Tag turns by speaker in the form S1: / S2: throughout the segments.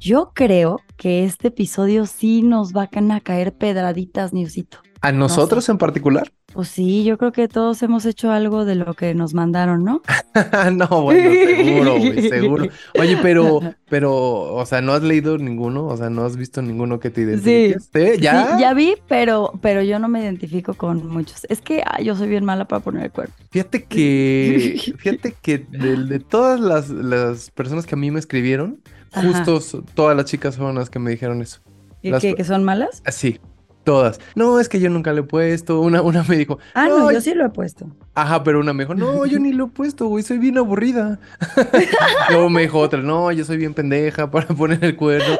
S1: Yo creo que este episodio sí nos van a caer pedraditas, Newsito.
S2: ¿A nosotros en particular?
S1: Pues sí, yo creo que todos hemos hecho algo de lo que nos mandaron, ¿no?
S2: no, bueno, seguro, güey, seguro. Oye, pero, pero, o sea, ¿no has leído ninguno? O sea, ¿no has visto ninguno que te identifiques? Sí, ¿Ya?
S1: Sí, ya vi, pero, pero yo no me identifico con muchos. Es que ah, yo soy bien mala para poner el cuerpo.
S2: Fíjate que, fíjate que de, de todas las, las personas que a mí me escribieron, justo todas las chicas son las que me dijeron eso.
S1: ¿Y
S2: Las-
S1: que, que son malas?
S2: Sí, todas. No, es que yo nunca le he puesto. Una, una me dijo,
S1: Ah, no,
S2: No,
S1: yo sí lo he puesto.
S2: Ajá, pero una me dijo, no, yo ni lo he puesto, güey, soy bien aburrida. Luego me dijo otra, no, yo soy bien pendeja para poner el cuerno.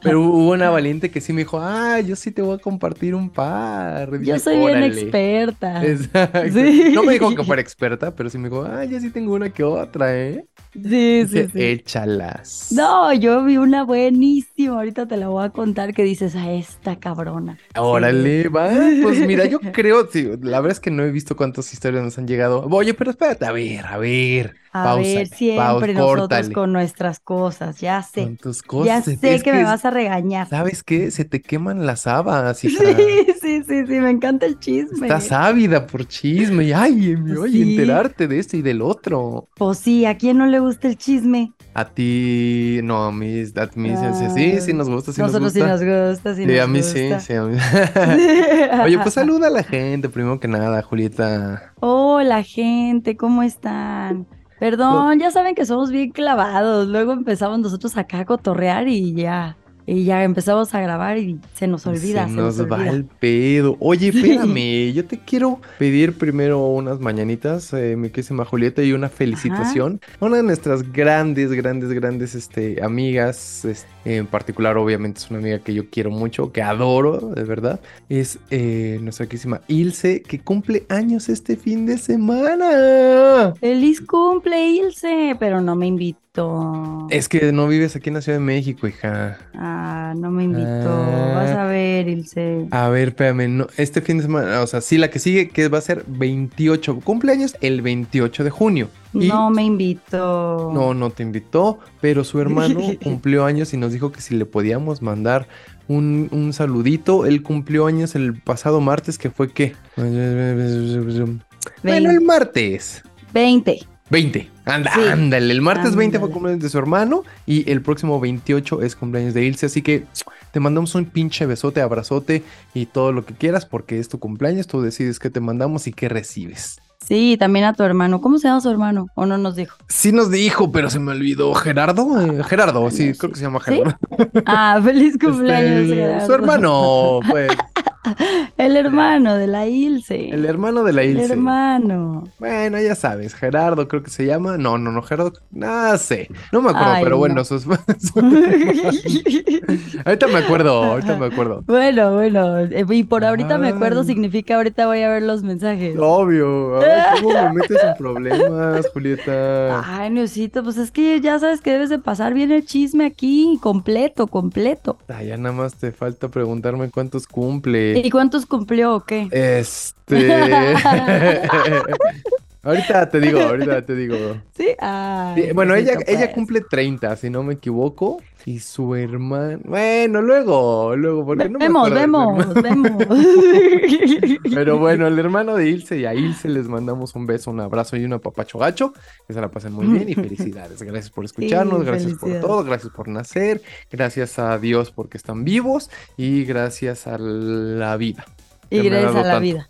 S2: Pero hubo una valiente que sí me dijo, ah, yo sí te voy a compartir un par. Y
S1: Yo
S2: dije,
S1: soy bien
S2: "Órale".
S1: experta.
S2: Exacto.
S1: Sí.
S2: No me dijo que fuera experta, pero sí me dijo, ah, yo sí tengo una que otra, ¿eh?
S1: Sí, sí,
S2: Dice,
S1: sí.
S2: échalas.
S1: No, yo vi una buenísima, ahorita te la voy a contar que dices a esta cabrona.
S2: Órale, va. Pues mira, yo creo, sí, la verdad es que no he visto cuántas historias nos han llegado. Oye, pero espérate, a ver, a ver.
S1: A
S2: Pausale,
S1: ver, siempre
S2: paus-
S1: nosotros
S2: córtale.
S1: con nuestras cosas, ya sé.
S2: Con tus
S1: Ya
S2: cosas.
S1: sé
S2: es
S1: que, me vas a regañar.
S2: ¿Sabes qué? Se te queman las habas, hija.
S1: Sí, sí, sí, sí, me encanta el chisme.
S2: Estás ávida por chisme. Y, Ay, em, oye,
S1: Sí.
S2: enterarte de esto y del otro.
S1: Pues sí, ¿a quién no le gusta el chisme?
S2: A ti, no, a mí, a mí sí, sí, sí, sí nos gusta, sí
S1: Nosotros
S2: nos
S1: sí
S2: gusta.
S1: nos gusta, sí
S2: Sí, a
S1: nos
S2: mí
S1: gusta.
S2: sí, sí, a mí. Oye, pues saluda a la gente, primero que nada, Julieta.
S1: Hola, gente, ¿cómo están? Perdón, ya saben que somos bien clavados. Luego empezamos nosotros acá a cotorrear y ya. Y ya empezamos a grabar y se nos olvida.
S2: Se
S1: Se
S2: nos va
S1: olvida.
S2: el pedo. Oye,
S1: Sí.
S2: espérame, yo te quiero pedir primero unas mañanitas, eh, mi querísima Julieta, y una felicitación. a Una de nuestras grandes, grandes, grandes este, amigas, es- en particular, obviamente, es una amiga que yo quiero mucho, que adoro, de verdad. Es eh, nuestra querísima Ilse, que cumple años este fin de semana.
S1: Feliz cumple, Ilse, pero no me invitó.
S2: Es que no vives aquí en la Ciudad de México, hija.
S1: Ah, no me invitó.
S2: Ah.
S1: Vas a ver, Ilse.
S2: A ver, espérame, no, este fin de semana, o sea, sí, la que sigue, que va a ser 28, cumpleaños el 28 de junio. Y
S1: No me invitó.
S2: no, no te invitó, pero su hermano cumplió años y nos dijo que si le podíamos mandar un, un saludito. Él cumplió años el pasado martes, que fue qué? Bueno, el martes.
S1: 20.
S2: 20. Anda,
S1: Sí.
S2: ándale. El martes 20 fue
S1: Ándale.
S2: cumpleaños de su hermano y el próximo 28 es cumpleaños de Ilse. Así que te mandamos un pinche besote, abrazote y todo lo que quieras porque es tu cumpleaños. Tú decides qué te mandamos y qué recibes.
S1: Sí, también a tu hermano. ¿Cómo se llama su hermano? ¿O no nos dijo?
S2: Sí nos dijo, pero se me olvidó. Gerardo.
S1: Ah,
S2: eh, Gerardo, sí, creo que se llama
S1: ¿Sí?
S2: Gerardo.
S1: Ah, feliz cumpleaños.
S2: Este, Su
S1: Gerardo.
S2: hermano, pues.
S1: El hermano de la Ilse.
S2: El hermano de la
S1: El
S2: Ilse.
S1: hermano.
S2: Bueno, ya sabes, Gerardo creo que se llama. No, no, no, Gerardo. No sé. No me acuerdo,
S1: Ay,
S2: pero
S1: no.
S2: bueno, sus- ahorita me acuerdo, ahorita me acuerdo.
S1: bueno, bueno. eh, Y por ahorita me acuerdo
S2: Ay.
S1: significa ahorita voy a ver los mensajes.
S2: Obvio. Ay, ¿Cómo me metes en problemas, Julieta?
S1: Ay, Neusito, pues es que ya sabes que debes de pasar bien el chisme aquí, completo, completo.
S2: Ah, ya nada más te falta preguntarme cuántos cumple.
S1: ¿Y cuántos cumplió o qué?
S2: Este. ahorita te digo, ahorita te digo.
S1: Sí, ah.
S2: Sí, bueno, ella, ella cumple 30, si no me equivoco. Y su hermano. Bueno, luego, luego, porque no me
S1: vemos,
S2: acuerdo del
S1: vemos,
S2: hermano.
S1: vemos.
S2: Pero bueno, el hermano de Ilse y a Ilse les mandamos un beso, un abrazo y un apapacho gacho. Que se la pasen muy bien y felicidades. Gracias por escucharnos,
S1: Sí,
S2: gracias por
S1: felicidades.
S2: todo, gracias por nacer, gracias a Dios porque están vivos y gracias a la vida.
S1: Y
S2: que me ha
S1: gracias a
S2: dado
S1: la
S2: tanto.
S1: vida.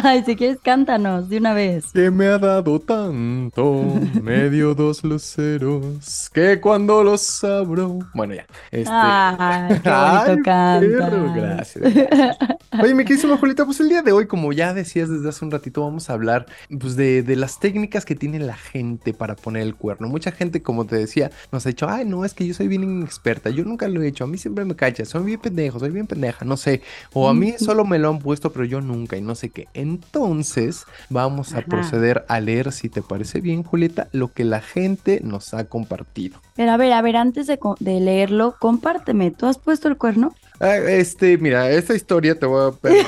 S1: Ay, si quieres, cántanos de una vez.
S2: Que me ha dado tanto, medio dos luceros, que cuando los abro. Bueno, ya. Este...
S1: Ay, qué
S2: Ay,
S1: bonito
S2: perro,
S1: canta.
S2: gracias, gracias. Oye, mi queridísima Julieta, pues el día de hoy, como ya decías desde hace un ratito, vamos a hablar pues, de, de las técnicas que tiene la gente para poner el cuerno. Mucha gente, como te decía, nos ha dicho, ay, no, es que yo soy bien inexperta, yo nunca lo he hecho, a mí siempre me cachas, soy bien pendejo, soy bien pendeja, no sé, o a mí
S1: Ujú.
S2: solo me lo han puesto, pero yo nunca y no sé qué. Entonces, vamos a
S1: Ajá.
S2: proceder a leer, si te parece bien, Julieta, lo que la gente nos ha compartido.
S1: Pero a ver, a ver, antes de, co- de leerlo, compárteme. ¿Tú has puesto el cuerno?
S2: Ah, este, mira, esta historia te voy, a, te voy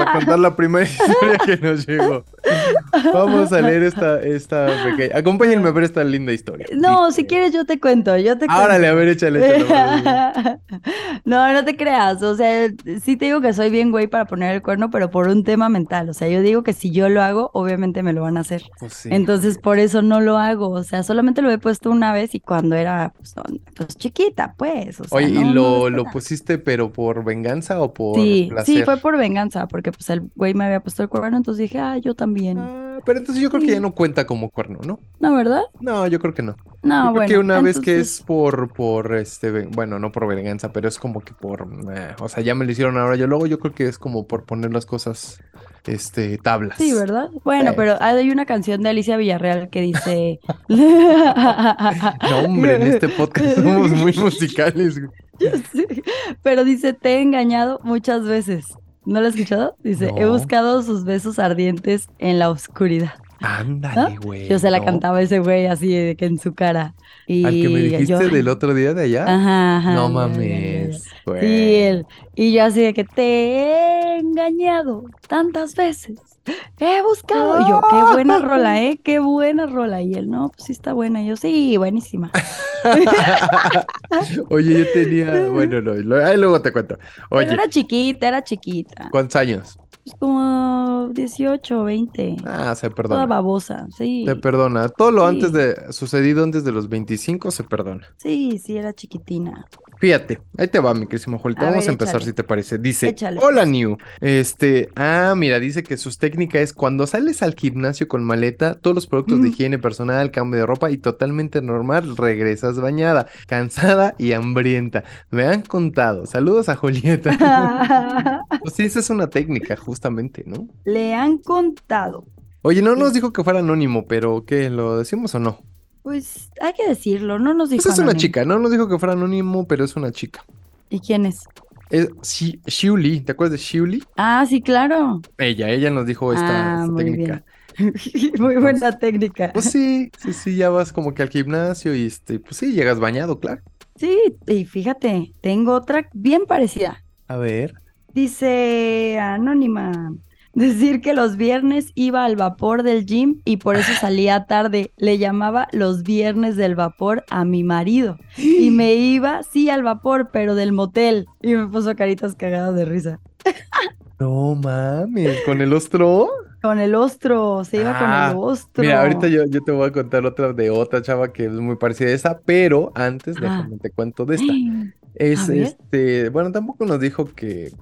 S2: a contar la primera historia que nos llegó. Vamos a leer esta, esta pequeña. Acompáñenme a ver esta linda historia.
S1: No, si quieres yo te cuento, yo te cuento.
S2: Árale, a ver, échale, échale.
S1: no, no te creas. O sea, sí te digo que soy bien güey para poner el cuerno, pero por un tema mental. O sea, yo digo que si yo lo hago, obviamente me lo van a hacer.
S2: Pues sí.
S1: Entonces, por eso no lo hago. O sea, solamente lo he puesto una vez y cuando era, pues, no, pues, chiquita, pues. O sea,
S2: Oye,
S1: no-
S2: ¿y
S1: no
S2: lo,
S1: es
S2: lo
S1: nada.
S2: pusiste pero por venganza o por
S1: Sí,
S2: placer?
S1: sí, fue por venganza, porque pues el güey me había puesto el cuerno, entonces dije, ah, yo también.
S2: Ah, pero entonces yo creo que ya no cuenta como cuerno, ¿no?
S1: ¿No, verdad?
S2: No, yo creo que no.
S1: No,
S2: Yo creo
S1: Ah, bueno.
S2: que una vez que
S1: entonces-
S2: es por, por este, ven- bueno, no por venganza, pero es como que por, eh, o sea, ya me lo hicieron ahora yo luego, yo creo que es como por poner las cosas, este, tablas.
S1: Sí, ¿verdad? Bueno,
S2: Sí.
S1: pero hay una canción de Alicia Villarreal que dice...
S2: No, hombre, en este podcast somos muy musicales. güey.
S1: Sí, pero dice, te he engañado muchas veces. ¿No lo has escuchado? Dice, he
S2: No.
S1: buscado sus besos ardientes en la oscuridad.
S2: Ándale, güey.
S1: Yo se la
S2: Eh, ¿no?
S1: cantaba a ese güey así de que en su cara. Y
S2: Al que me dijiste
S1: yo,
S2: del otro día de allá.
S1: Ajá, ajá, ya, ya,
S2: no
S1: ya, ya.
S2: mames, güey.
S1: Sí, eh. él. Y yo así de que te he engañado tantas veces. He buscado. Y yo, qué buena rola, ¿eh? Qué buena rola. Y él, no, pues sí está buena. Y yo, sí, buenísima.
S2: Oye, yo tenía, bueno, no, lo- ahí luego te cuento.
S1: Pero
S2: Oye,
S1: era chiquita, era chiquita.
S2: ¿cuántos años?
S1: Pues como 18, 20.
S2: Ah, se
S1: Toda
S2: perdona.
S1: babosa, sí.
S2: Se perdona. Todo lo
S1: Sí.
S2: antes de sucedido antes de los 25 se perdona.
S1: Sí, sí, era chiquitina.
S2: Fíjate, ahí te va, mi querísimo Juelita.
S1: A
S2: Vamos
S1: ver,
S2: a empezar
S1: échale.
S2: si te parece. Dice,
S1: Échale,
S2: hola
S1: pues.
S2: New. Este, ah, mira, dice que sus técnica es cuando sales al gimnasio con maleta, todos los productos de
S1: Mm.
S2: higiene personal, cambio de ropa y totalmente normal, regresas bañada, cansada y hambrienta. Me han contado. Saludos a Julieta. pues sí, esa es una técnica, justamente, ¿no?
S1: Le han contado.
S2: Oye, no nos dijo que fuera anónimo, pero ¿qué? ¿Lo decimos o no?
S1: Pues hay que decirlo, no nos dijo.
S2: Pues es una
S1: anónimo.
S2: chica, no nos dijo que fuera anónimo, pero es una chica.
S1: ¿Y quién es?
S2: Es Shi- Shiuli, ¿te acuerdas de Shiuli?
S1: Ah, sí, claro.
S2: Ella, ella nos dijo esta,
S1: Ah,
S2: esta
S1: muy
S2: técnica.
S1: bien. Muy buena técnica.
S2: Pues sí, sí, sí, ya vas como que al gimnasio y este, pues sí, llegas bañado, claro.
S1: Sí, y fíjate, tengo otra bien parecida.
S2: A ver.
S1: Dice Anónima. Decir que los viernes iba al vapor del gym y por eso salía tarde. Le llamaba los viernes del vapor a mi marido. Y me iba, sí, al vapor, pero del motel. Y me puso caritas cagadas de risa.
S2: No mames, ¿con el ostro?
S1: Con el ostro, se iba
S2: Ah,
S1: con el ostro.
S2: Mira, ahorita yo, yo te voy a contar otra de otra chava que es muy parecida a esa, pero antes
S1: Ah.
S2: déjame te cuento de esta. Es
S1: ver.
S2: este, bueno, tampoco nos dijo que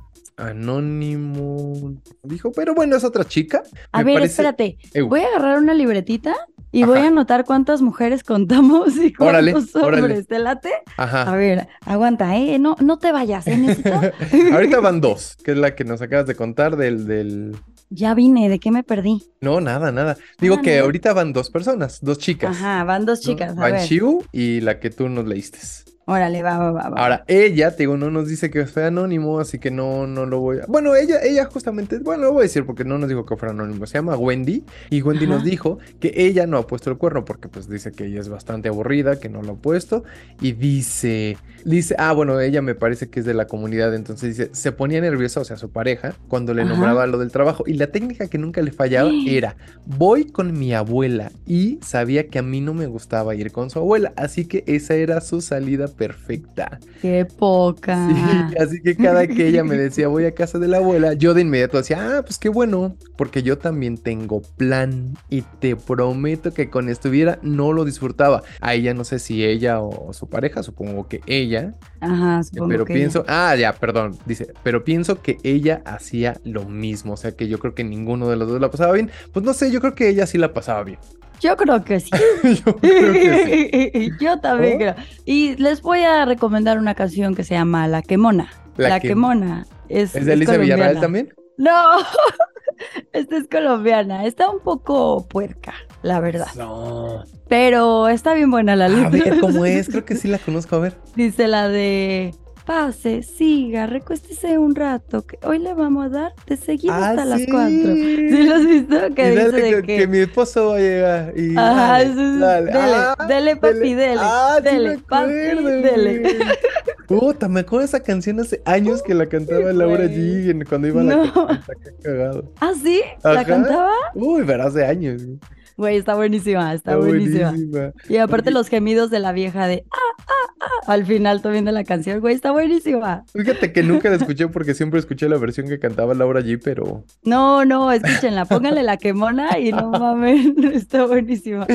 S2: anónimo dijo, pero bueno, es otra chica.
S1: A
S2: Me
S1: ver,
S2: parece-
S1: espérate.
S2: Eu.
S1: Voy a agarrar una libretita y
S2: Ajá.
S1: voy a anotar cuántas mujeres contamos y
S2: Órale,
S1: cuántos
S2: órale. Ah.
S1: hombres. ¿Te late? A
S2: Ajá.
S1: ver, aguanta, ¿eh? No, no te vayas, ¿eh? Necesito-
S2: Ahorita van dos, que es la que nos acabas de contar del, del...
S1: ya vine, ¿de qué me perdí?
S2: No, nada, nada. Digo
S1: Ah,
S2: que
S1: no.
S2: ahorita van dos personas, dos chicas.
S1: Ajá, van dos
S2: ¿no?
S1: chicas. A
S2: Van
S1: ver.
S2: Shiu y la que tú nos leíste.
S1: Órale, va, va, va. va.
S2: Ahora, ella, te digo, no nos dice que fue anónimo, así que no, no lo voy a. Bueno, ella, ella justamente, bueno, lo voy a decir porque no nos dijo que fuera anónimo. Se llama Wendy y Wendy nos
S1: Ajá.
S2: dijo que ella no ha puesto el cuerno porque, pues, dice que ella es bastante aburrida, que no lo ha puesto. Y dice, dice, ah, bueno, ella me parece que es de la comunidad, entonces dice, se ponía nerviosa, o sea, su pareja, cuando le
S1: Ajá.
S2: nombraba lo del trabajo. Y la técnica que nunca le fallaba era, voy con mi abuela y sabía que a mí no me gustaba ir con su abuela, así que esa era su salida perfecta.
S1: Qué poca.
S2: Sí, así que cada que ella me decía voy a casa de la abuela, yo de inmediato decía, ah, pues qué bueno, porque yo también tengo plan y te prometo que con estuviera no lo disfrutaba. A ella no sé si ella o su pareja, supongo que ella, eh,
S1: Ajá, supongo
S2: pero
S1: que-
S2: pienso, ah, ya, perdón, dice, pero pienso que ella hacía lo mismo, o sea que yo creo que ninguno de los dos la pasaba bien. Pues no sé, yo creo que ella sí la pasaba bien.
S1: Yo creo que sí.
S2: yo creo que sí.
S1: Yo también
S2: ¿Oh?
S1: creo. Y les voy a recomendar una canción que se llama La Quemona.
S2: La
S1: La,
S2: que-
S1: Quemona. Es,
S2: ¿Es de Alicia Villarreal
S1: colombiana.
S2: también?
S1: No, esta es colombiana. Está un poco puerca, la verdad.
S2: No.
S1: Pero está bien buena la letra.
S2: A ver cómo es, creo que sí la conozco, a ver.
S1: Dice la de pase, siga, recuéstese un rato, que hoy le vamos a dar de seguido
S2: Ah,
S1: hasta las cuatro. ¿Sí lo has visto? Que
S2: Y
S1: dice
S2: dale,
S1: de
S2: que,
S1: que...
S2: que mi esposo va a llegar. Y
S1: Ajá,
S2: dale,
S1: eso es-
S2: dale.
S1: dele,
S2: Ah,
S1: dele, papi, dele,
S2: Ah, sí me
S1: dele, papi,
S2: acuerdo,
S1: dele.
S2: güey. Puta, me acuerdo de esa canción hace años que la cantaba Laura G cuando iba a la
S1: No.
S2: casita, qué cagado.
S1: ¿Ah, sí?
S2: Ajá.
S1: ¿La cantaba?
S2: Uy, pero hace años. güey.
S1: Güey, está buenísima, está,
S2: Está
S1: buenísima.
S2: buenísima.
S1: Y aparte
S2: Oye.
S1: los gemidos de la vieja de ah, ah, ah, al final también de la canción, güey, está buenísima.
S2: Fíjate que nunca la escuché porque siempre escuché la versión que cantaba Laura G, pero
S1: No, no, escúchenla, pónganle la quemona y no mames, está buenísima.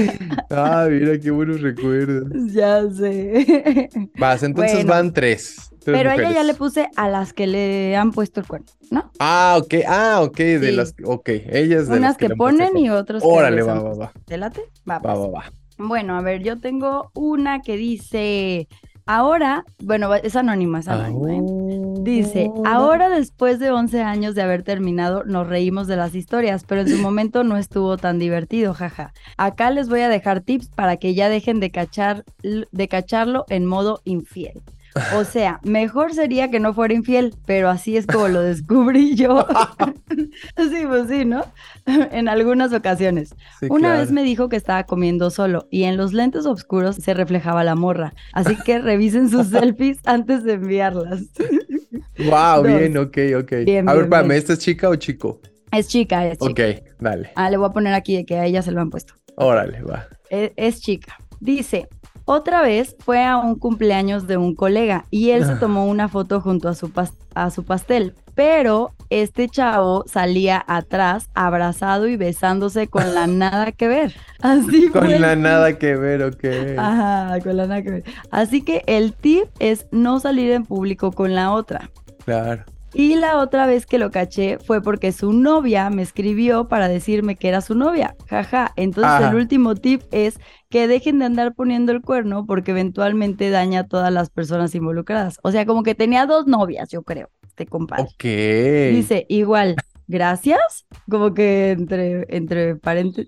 S2: ah, mira qué buenos recuerdos.
S1: Ya sé.
S2: Vas, entonces
S1: Bueno.
S2: van tres. tres
S1: Pero a ella ya
S2: mujeres.
S1: le puse a las que le han puesto el cuerno, ¿no?
S2: Ah, ok, ah, ok, de
S1: Sí.
S2: las, ok, ellas de
S1: Unas
S2: las
S1: que,
S2: le han puesto
S1: ponen
S2: el
S1: y otros que
S2: cuerno. Órale,
S1: les
S2: va,
S1: han
S2: va,
S1: puesto.
S2: va,
S1: ¿Te late? Va,
S2: va,
S1: pues.
S2: va, va.
S1: Bueno, a ver, yo tengo una que dice, ahora, bueno, va- es anónima, es
S2: Ah,
S1: anónima. ¿eh? Dice, ahora después de 11 años de haber terminado, nos reímos de las historias, pero en su momento no estuvo tan divertido, jaja. Acá les voy a dejar tips para que ya dejen de, cachar, de cacharlo en modo infiel. O sea, mejor sería que no fuera infiel, pero así es como lo descubrí yo. sí, pues sí, ¿no? en algunas ocasiones.
S2: Sí,
S1: Una
S2: claro.
S1: vez me dijo que estaba comiendo solo y en los lentes oscuros se reflejaba la morra. Así que revisen sus selfies antes de enviarlas.
S2: Wow,
S1: Dos.
S2: bien, ok, ok.
S1: Bien,
S2: a ver,
S1: bien,
S2: espérame,
S1: bien.
S2: ¿esta es chica o chico?
S1: Es chica, es chica.
S2: Ok, dale,
S1: Ah, le voy a poner aquí de que a ella se lo han puesto.
S2: órale, va.
S1: Es, es chica. Dice, otra vez fue a un cumpleaños de un colega y él se
S2: Ah.
S1: tomó una foto junto a su, pas- a su pastel, pero este chavo salía atrás abrazado y besándose con la nada que ver. Así fue.
S2: Con
S1: el
S2: la
S1: tip.
S2: nada que ver, ok.
S1: Ajá, con la nada que ver. Así que el tip es no salir en público con la otra.
S2: Claro.
S1: Y la otra vez que lo caché fue porque su novia me escribió para decirme que era su novia. Jaja. Entonces
S2: Ajá.
S1: el último tip es que dejen de andar poniendo el cuerno porque eventualmente daña a todas las personas involucradas. O sea, como que tenía dos novias, yo creo, este compadre.
S2: Ok.
S1: Dice, igual, gracias. Como que entre, entre paréntesis,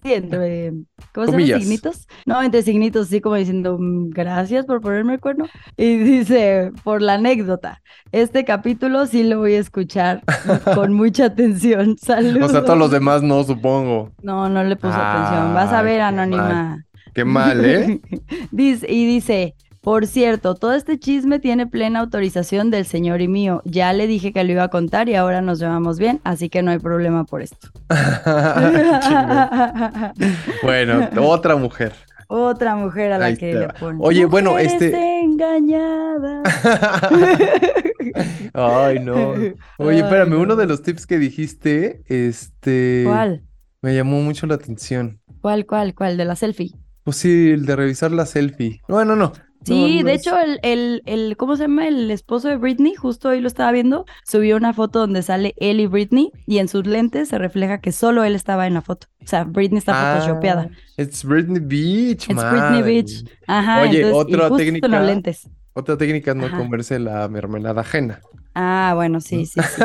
S1: sí, entre, ¿cómo se llama?
S2: Comillas.
S1: Signitos. No, entre signitos, sí, como diciendo, "Mm, gracias por ponerme el cuerno. Y dice, por la anécdota, este capítulo sí lo voy a escuchar con mucha atención. Saludos.
S2: O sea, todos los demás no, supongo.
S1: No, no le puso atención. Vas a
S2: Ay,
S1: ver,
S2: qué
S1: Anónima.
S2: Qué mal, ¿eh?
S1: Dice, y dice, por cierto, todo este chisme tiene plena autorización del señor y mío. Ya le dije que lo iba a contar y ahora nos llevamos bien, así que no hay problema por esto.
S2: Ah, Chingón. bueno, otra mujer.
S1: Otra mujer a la
S2: Ahí
S1: que
S2: te
S1: le
S2: va.
S1: ponen.
S2: Oye, bueno,
S1: "Mujeres
S2: este-
S1: engañadas".
S2: Ay, no. Oye,
S1: Ay,
S2: espérame,
S1: no.
S2: uno de los tips que dijiste, este,
S1: ¿Cuál?
S2: me llamó mucho la atención.
S1: ¿Cuál, cuál, cuál? De la selfie.
S2: Pues sí, el de revisar la selfie. No, no, no.
S1: Sí,
S2: No, no
S1: de
S2: es-
S1: hecho, el, el, el, ¿cómo se llama? El esposo de Britney, justo hoy lo estaba viendo, subió una foto donde sale él y Britney y en sus lentes se refleja que solo él estaba en la foto. O sea, Britney está
S2: Ah,
S1: photoshopeada.
S2: It's Britney Beach,
S1: It's Britney
S2: madre.
S1: Beach. Ajá,
S2: Oye,
S1: entonces, y
S2: otra
S1: justo en
S2: técnica-
S1: los lentes.
S2: Otra técnica es no
S1: Ajá.
S2: comerse la mermelada ajena.
S1: Ah, bueno, sí, sí, sí.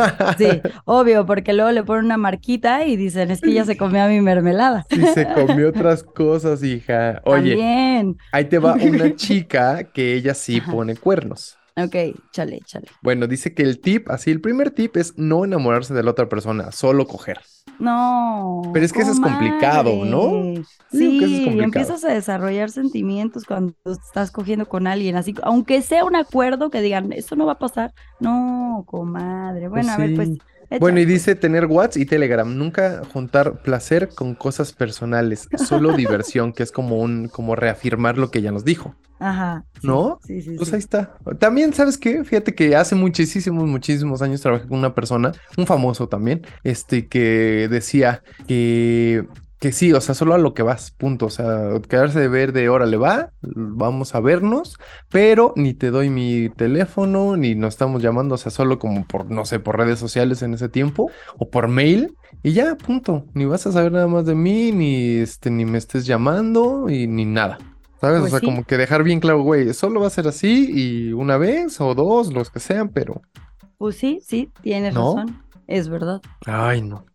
S1: Sí, obvio, porque luego le ponen una marquita y dicen, es que ya se comió mi mermelada.
S2: Sí, se comió otras cosas, hija. Oye,
S1: También.
S2: ahí te va una chica que ella sí
S1: Ajá.
S2: pone cuernos.
S1: Ok, chale, chale.
S2: Bueno, dice que el tip, así, el primer tip es no enamorarse de la otra persona, solo coger.
S1: No.
S2: Pero es que eso es complicado, ¿no?
S1: comadre.
S2: Yo digo que eso es
S1: Sí, y
S2: complicado.
S1: empiezas a desarrollar sentimientos cuando estás cogiendo con alguien, así, aunque sea un acuerdo que digan, eso no va a pasar. No, comadre.
S2: Pues
S1: Bueno, a ver, pues.
S2: sí.
S1: échale,
S2: Bueno, y
S1: pues.
S2: dice tener WhatsApp y Telegram, nunca juntar placer con cosas personales, solo diversión, que es como un, como reafirmar lo que ella nos dijo,
S1: Ajá. sí,
S2: ¿no?
S1: Sí, sí,
S2: Pues
S1: sí.
S2: ahí está. También, ¿sabes qué? Fíjate que hace muchísimos, muchísimos años trabajé con una persona, un famoso también, este, que decía que, que sí, o sea, solo a lo que vas, punto. O sea, quedarse de ver de órale va, vamos a vernos, pero ni te doy mi teléfono, ni nos estamos llamando, o sea, solo como por, no sé, por redes sociales en ese tiempo, o por mail, y ya, punto. Ni vas a saber nada más de mí, ni este, ni me estés llamando, y ni nada. ¿Sabes?
S1: Pues
S2: o sea,
S1: sí.
S2: como que dejar bien claro, güey, solo va a ser así y una vez o dos, los que sean, pero...
S1: Pues sí, sí, tienes
S2: ¿No?
S1: razón. Es verdad.
S2: Ay, no.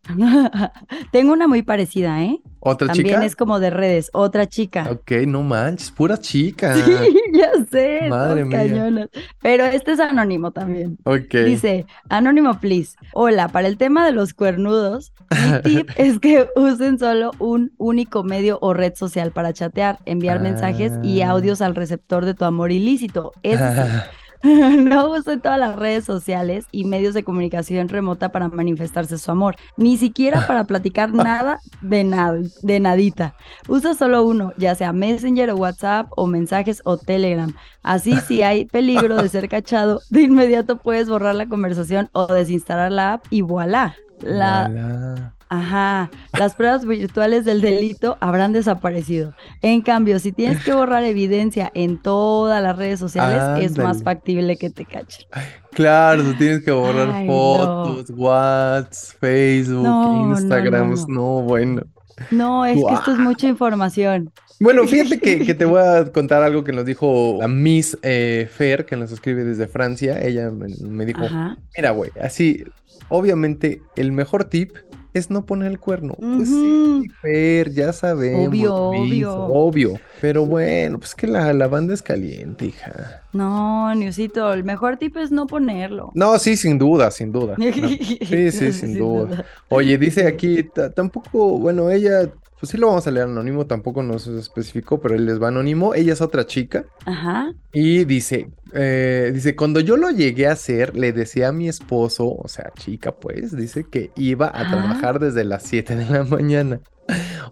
S1: Tengo una muy parecida, ¿eh?
S2: ¿Otra
S1: También
S2: chica?
S1: es como de redes, otra chica.
S2: Ok, no manches, pura chica.
S1: Sí, ya sé, madre
S2: Madre mía.
S1: cañonas. Pero este es anónimo también.
S2: Ok.
S1: Dice, Anónimo, please. Hola, para el tema de los cuernudos, mi tip es que usen solo un único medio o red social para chatear, enviar mensajes y
S2: Ah.
S1: audios al receptor de tu amor ilícito. Es decir, no usó en todas las redes sociales y medios de comunicación remota para manifestarse su amor, ni siquiera para platicar nada de, nada de nadita. Usa solo uno, ya sea Messenger o WhatsApp o mensajes o Telegram. Así si hay peligro de ser cachado, de inmediato puedes borrar la conversación o desinstalar la app y voilà. La... Voilà. Ajá, las pruebas virtuales del delito habrán desaparecido. En cambio, si tienes que borrar evidencia en todas las redes sociales, Ándale. es más factible que te cachen.
S2: Claro, tienes que borrar Ay, fotos, no. WhatsApp, Facebook, no, Instagram. No, no, bueno.
S1: No, es ¡Guau! que esto es mucha información.
S2: Bueno, fíjate que, que, te voy a contar algo que nos dijo la Miss eh, Fer, que nos escribe desde Francia. Ella me, me dijo, Ajá. mira, güey, así, obviamente el mejor tip es no poner el cuerno. Uh -huh. Pues sí, Fer, ya sabemos.
S1: Obvio, Luis, obvio.
S2: Obvio. Pero bueno, pues que la, la banda es caliente, hija.
S1: No, Niusito, el mejor tip es no ponerlo.
S2: No, sí, sin duda, sin duda. No. Sí, sí, sin, sin duda. duda. Oye, dice aquí, tampoco, bueno, ella pues sí lo vamos a leer anónimo, tampoco nos especificó, pero él les va anónimo. Ella es otra chica.
S1: Ajá.
S2: Y dice, eh, dice, cuando yo lo llegué a hacer, le decía a mi esposo, o sea, chica pues, dice que iba a trabajar ¿Ah? desde las 7 de la mañana.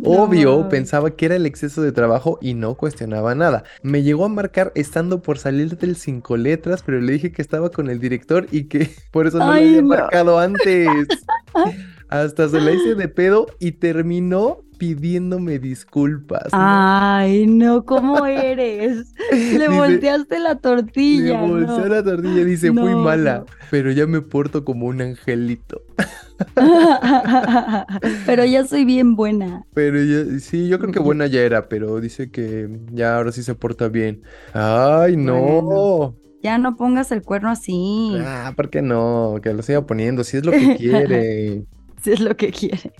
S2: Obvio, no. pensaba que era el exceso de trabajo y no cuestionaba nada. Me llegó a marcar estando por salir del cinco letras, pero le dije que estaba con el director y que por eso no Ay, le había no. marcado antes. Hasta se la hice de pedo y terminó pidiéndome disculpas.
S1: ¿no? Ay, no, ¿cómo eres? le dice, volteaste la tortilla.
S2: Le volteó
S1: no.
S2: la tortilla, dice, no, fui mala, pero ya me porto como un angelito.
S1: pero ya soy bien buena.
S2: Pero ya, sí, yo creo que buena ya era, pero dice que ya ahora sí se porta bien. Ay, no. Bueno.
S1: Ya no pongas el cuerno así.
S2: Ah, ¿por qué no? Que lo siga poniendo, si es lo que quiere.
S1: si es lo que quiere.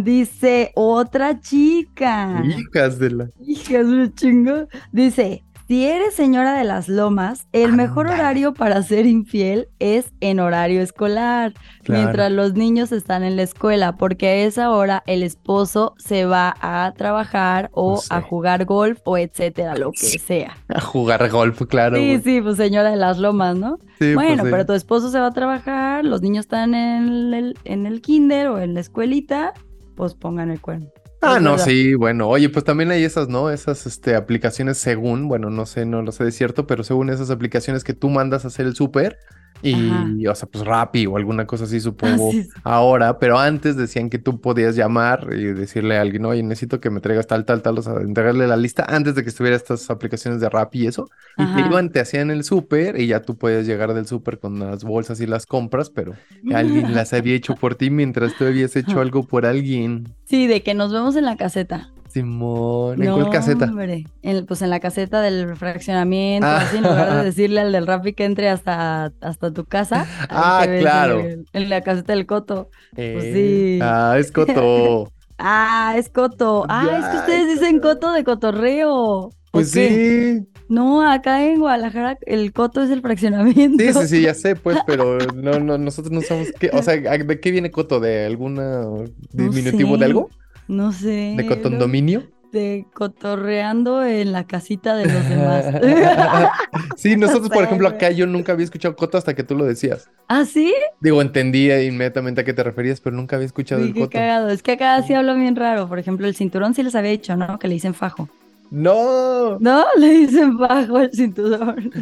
S1: Dice otra chica.
S2: Hijas de la.
S1: Hijas de chingo. Dice, si eres señora de las lomas, el Andale. mejor horario para ser infiel es en horario escolar, claro. mientras los niños están en la escuela, porque a esa hora el esposo se va a trabajar o no sé. a jugar golf o etcétera, lo que sea.
S2: A jugar golf, claro.
S1: Sí, wey. sí, pues señora de las lomas, ¿no? Sí, bueno, pues, sí. pero tu esposo se va a trabajar, los niños están en el, en el kinder o en la escuelita, pues pongan el cuerno.
S2: Ah, no, sí, bueno, oye, pues también hay esas, ¿no? Esas este, aplicaciones según, bueno, no sé, no lo sé de cierto, pero según esas aplicaciones que tú mandas a hacer el súper y, Ajá. o sea, pues Rappi o alguna cosa así, supongo, ah, sí, sí. ahora, pero antes decían que tú podías llamar y decirle a alguien, oye, necesito que me traigas tal, tal, tal, o sea, entregarle la lista antes de que estuviera estas aplicaciones de Rappi y eso, Ajá. y te iban, te hacían el súper y ya tú podías llegar del súper con las bolsas y las compras, pero alguien las había hecho por ti mientras tú habías hecho algo por alguien.
S1: Sí, de que nos vemos en la caseta.
S2: Simón, ¿en no, cuál caseta?
S1: Hombre. En, pues en la caseta del fraccionamiento, ah. así en lugar de decirle al del Rappi que entre hasta, hasta tu casa.
S2: Ah, claro.
S1: En, en, la caseta del Coto.
S2: Eh. Pues sí. Ah, es Coto.
S1: ah, es Coto. Ah, ya, es que ustedes es dicen Coto de cotorreo.
S2: Pues sí.
S1: No, acá en Guadalajara el coto es el fraccionamiento.
S2: Sí, sí, sí, ya sé, pues, pero no, no, nosotros no sabemos qué, o sea, ¿de qué viene coto? ¿De alguna diminutivo
S1: no sé.
S2: de algo?
S1: No sé.
S2: ¿De condominio?
S1: De cotorreando en la casita de los demás.
S2: sí, nosotros, por ejemplo, acá yo nunca había escuchado coto hasta que tú lo decías.
S1: ¿Ah, sí?
S2: Digo, entendía inmediatamente a qué te referías, pero nunca había escuchado
S1: sí,
S2: el
S1: qué
S2: coto.
S1: Cagado. Es que acá sí hablo bien raro. Por ejemplo, el cinturón sí les había dicho, ¿no? Que le dicen fajo.
S2: No.
S1: No, le dicen bajo el cinturón.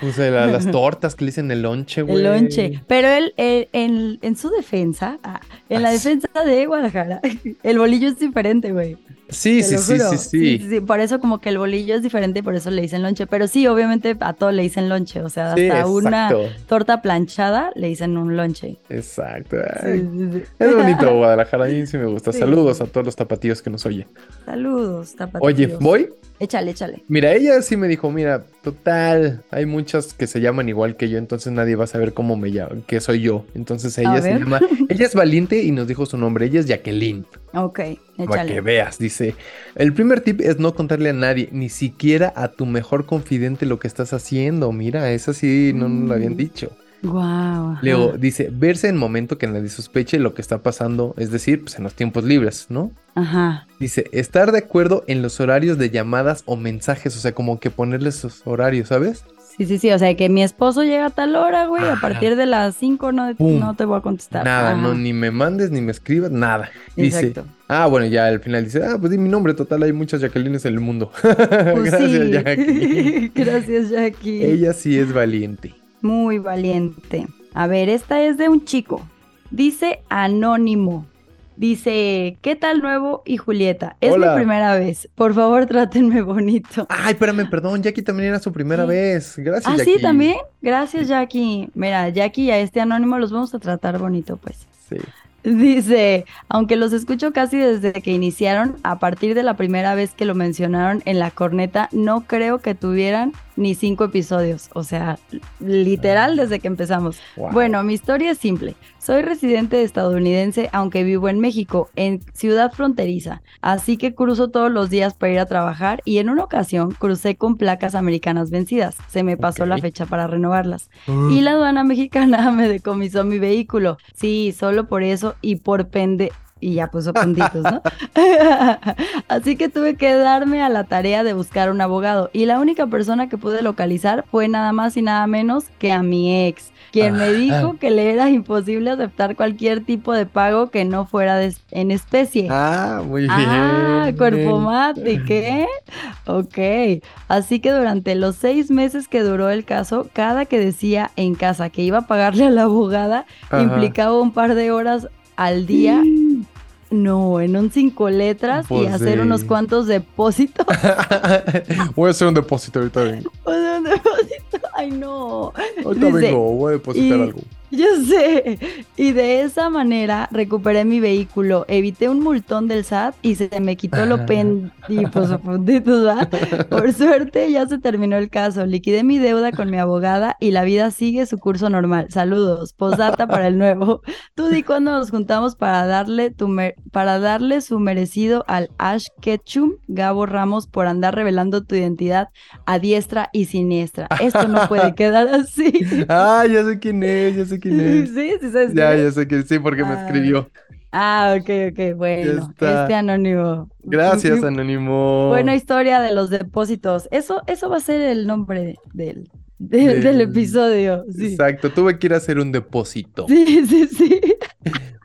S2: Pues la, las tortas que le dicen el lonche, güey.
S1: El lonche. Pero él, él, él, en su defensa, ah, en Ay. la defensa de Guadalajara, el bolillo es diferente, güey.
S2: Sí sí sí, sí, sí, sí, sí,
S1: Por eso como que el bolillo es diferente y por eso le dicen lonche. Pero sí, obviamente a todo le dicen lonche. O sea, hasta una torta planchada le dicen un lonche.
S2: Exacto. Ay, es bonito Guadalajara, a mí sí me gusta. Saludos a todos los tapatíos que nos oyen.
S1: Saludos, tapatíos.
S2: Oye, ¿voy?
S1: Échale, échale.
S2: Mira, ella sí me dijo, mira, total, hay muchas que se llaman igual que yo, entonces nadie va a saber cómo me llamo, que soy yo. Entonces ella se llama, ella es valiente y nos dijo su nombre, ella es Jacqueline.
S1: Ok, échale.
S2: Para que veas, dice, el primer tip es no contarle a nadie, ni siquiera a tu mejor confidente lo que estás haciendo. Mira, esa sí no nos lo
S1: Mm.
S2: habían dicho.
S1: Wow.
S2: Luego dice, verse en momento que nadie sospeche lo que está pasando, es decir, pues en los tiempos libres, ¿no?
S1: Ajá.
S2: Dice, estar de acuerdo en los horarios de llamadas o mensajes, o sea, como que ponerles sus horarios, ¿sabes?
S1: Sí, sí, sí. O sea, que mi esposo llega a tal hora, güey. A
S2: Ajá.
S1: partir de las 5 no,
S2: Pum.
S1: no te voy a contestar.
S2: Nada,
S1: Ajá.
S2: no, ni me mandes, ni me escribas, nada. Dice,
S1: Exacto.
S2: ah, bueno, ya al final dice, ah, pues di mi nombre, total, hay muchas Jacquelines en el mundo.
S1: Pues
S2: Gracias,
S1: sí.
S2: Jacqueline.
S1: Gracias, Jackie.
S2: Ella sí es valiente.
S1: Muy valiente. A ver, esta es de un chico. Dice anónimo. Dice, ¿qué tal nuevo y Julieta? Es
S2: Hola.
S1: mi primera vez. Por favor, trátenme bonito.
S2: Ay, espérame, perdón, Jackie también era su primera
S1: Sí.
S2: vez. Gracias,
S1: Ah,
S2: Jackie.
S1: sí, también. Gracias, Jackie. Mira, Jackie y a este anónimo los vamos a tratar bonito, pues.
S2: Sí.
S1: Dice, aunque los escucho casi desde que iniciaron, a partir de la primera vez que lo mencionaron en la corneta, no creo que tuvieran ni cinco episodios. O sea, literal desde que empezamos.
S2: Wow.
S1: Bueno, mi historia es simple. Soy residente estadounidense, aunque vivo en México, en ciudad fronteriza. Así que cruzo todos los días para ir a trabajar y en una ocasión crucé con placas americanas vencidas. Se me pasó la
S2: Ok.
S1: fecha para renovarlas.
S2: Mm.
S1: Y la aduana mexicana me decomisó mi vehículo. Sí, solo por eso y por pende... Y ya puso puntitos, ¿no? Así que tuve que darme a la tarea de buscar un abogado. Y la única persona que pude localizar fue nada más y nada menos que a mi ex, quien me dijo que le era imposible aceptar cualquier tipo de pago que no fuera de- en especie.
S2: Ah, muy bien.
S1: Ah, cuerpo mate, ¿qué? Ok. Así que durante los seis meses que duró el caso, cada que decía en casa que iba a pagarle a la abogada,
S2: Ajá.
S1: implicaba un par de horas al día. No, en un cinco letras y
S2: Pues
S1: hacer
S2: sí.
S1: unos cuantos depósitos.
S2: voy a hacer un depósito, ahorita vengo.
S1: O sea, un depósito. Ay, no.
S2: Ahorita
S1: Dice,
S2: vengo, voy a depositar
S1: y-
S2: algo.
S1: Yo sé. Y de esa manera recuperé mi vehículo, evité un multón del SAT y se me quitó lo pen y pues los puntitos, ¿va? Por suerte ya se terminó el caso. Liquidé mi deuda con mi abogada y la vida sigue su curso normal. Saludos. Posdata para el nuevo. Tú di cuando nos juntamos para darle tu mer- para darle su merecido al Ash Ketchum, Gabo Ramos, por andar revelando tu identidad a diestra y siniestra. Esto no puede quedar así.
S2: Ah, ya sé quién es, ya sé quién es.
S1: Sí, sí sabes
S2: Ya,
S1: quién es.
S2: ya sé quién, sí, porque me
S1: Ah.
S2: escribió.
S1: Ah, ok, ok, bueno,
S2: está.
S1: este anónimo.
S2: Gracias,
S1: Mm,
S2: Anónimo.
S1: Buena historia de los depósitos. Eso, eso va a ser el nombre del, del, del
S2: Del-
S1: episodio. Sí.
S2: Exacto, tuve que ir a hacer un depósito.
S1: sí, sí, sí.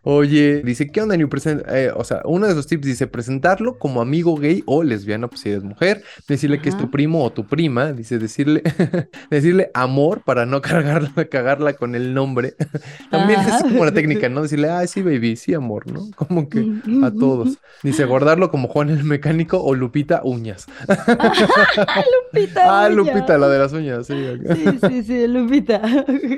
S2: Oye, dice, ¿qué onda, New Present? Eh, o sea, uno de los tips dice presentarlo como amigo gay o lesbiana, pues si eres mujer, decirle que es tu
S1: Ajá.
S2: primo o tu prima, dice, decirle, decirle amor para no cargarla, cagarla con el nombre. También es
S1: Ajá.
S2: como una técnica, ¿no? Decirle, ay, sí, baby, sí, amor, ¿no? Como que a todos. Dice, guardarlo como Juan el mecánico o Lupita Uñas.
S1: Lupita.
S2: Ah,
S1: Uña.
S2: Lupita, la de las uñas, sí.
S1: Sí, sí, sí, Lupita.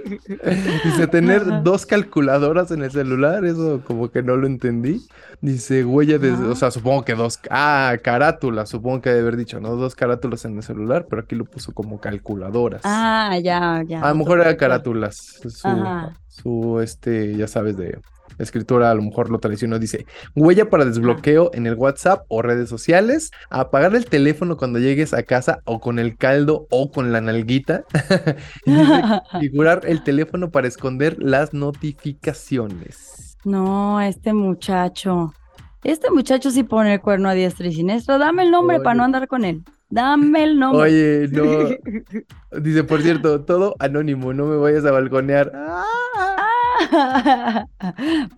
S2: Dice, tener
S1: Ajá.
S2: dos calculadoras en el celular, eso como que no lo entendí. Dice, huella de,
S1: Ajá.
S2: o sea, supongo que dos, ah, carátulas, supongo que debe haber dicho, ¿no? Dos carátulas en el celular, pero aquí lo puso como calculadoras.
S1: Ah, ya, ya.
S2: a lo mejor era carátulas, su,
S1: Ajá.
S2: su, este, ya sabes, de escritura, a lo mejor lo traicionó, dice, huella para desbloqueo en el WhatsApp o redes sociales, apagar el teléfono cuando llegues a casa o con el caldo o con la nalguita. Y dice, Configurar el teléfono para esconder las notificaciones.
S1: No, este muchacho. Este muchacho sí pone el cuerno a diestra y siniestra. Dame el nombre para
S2: Oye.
S1: no andar con él. Dame el nombre.
S2: Oye, no. Dice, por cierto, todo anónimo, no me vayas a balconear. Ah.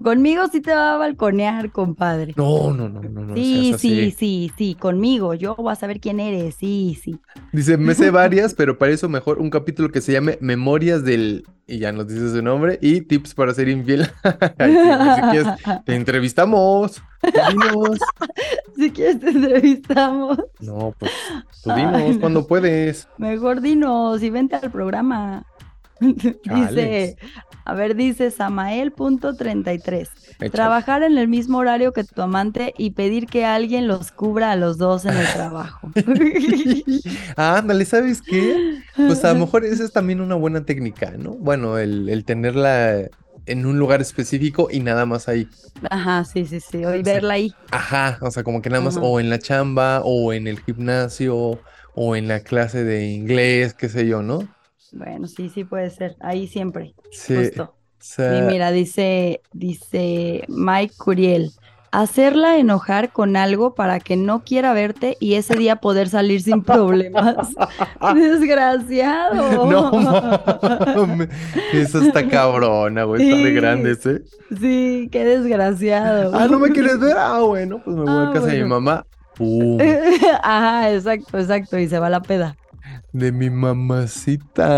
S1: Conmigo sí te va a balconear, compadre.
S2: No, no, no, no, no.
S1: sí,
S2: seas así.
S1: sí, sí, sí, conmigo. Yo voy a saber quién eres. Sí, sí.
S2: Dice, me sé varias, pero para eso mejor un capítulo que se llame Memorias del. Y ya nos dice su nombre y tips para ser infiel. Ay, sí, güey, si quieres, te entrevistamos. Tú dinos.
S1: si quieres, te entrevistamos.
S2: No, pues tú
S1: Ay,
S2: dinos
S1: no.
S2: cuando puedes.
S1: Mejor dinos y vente al programa.
S2: Chales.
S1: dice, a ver, dice Samael.33.
S2: Échale.
S1: Trabajar en el mismo horario que tu amante y pedir que alguien los cubra a los dos en el trabajo.
S2: Ah, ándale, ¿sabes qué? Pues a lo mejor esa es también una buena técnica, ¿no? Bueno, el, el tenerla en un lugar específico y nada más ahí.
S1: Ajá, sí, sí, sí. Hoy
S2: Sí.
S1: verla ahí.
S2: Ajá, o sea, como que nada más
S1: Ajá.
S2: o en la chamba o en el gimnasio o en la clase de inglés, qué sé yo, ¿no?
S1: Bueno, sí, sí puede ser. Ahí siempre.
S2: Sí, eh, o
S1: Justo.
S2: sea,
S1: Y mira, dice, dice Mike Curiel. hacerla enojar con algo para que no quiera verte y ese día poder salir sin problemas. Desgraciado.
S2: No, mames. eso está cabrona, güey. Está de
S1: Oh. Sí.
S2: grandes, ¿eh?
S1: Sí, qué desgraciado.
S2: Ah, ¿no me quieres ver? Ah, bueno, pues me voy a
S1: Ah,
S2: casa de mi
S1: bueno.
S2: mamá. Pum,
S1: Ajá, exacto, exacto. Y se va la peda.
S2: de mi mamacita.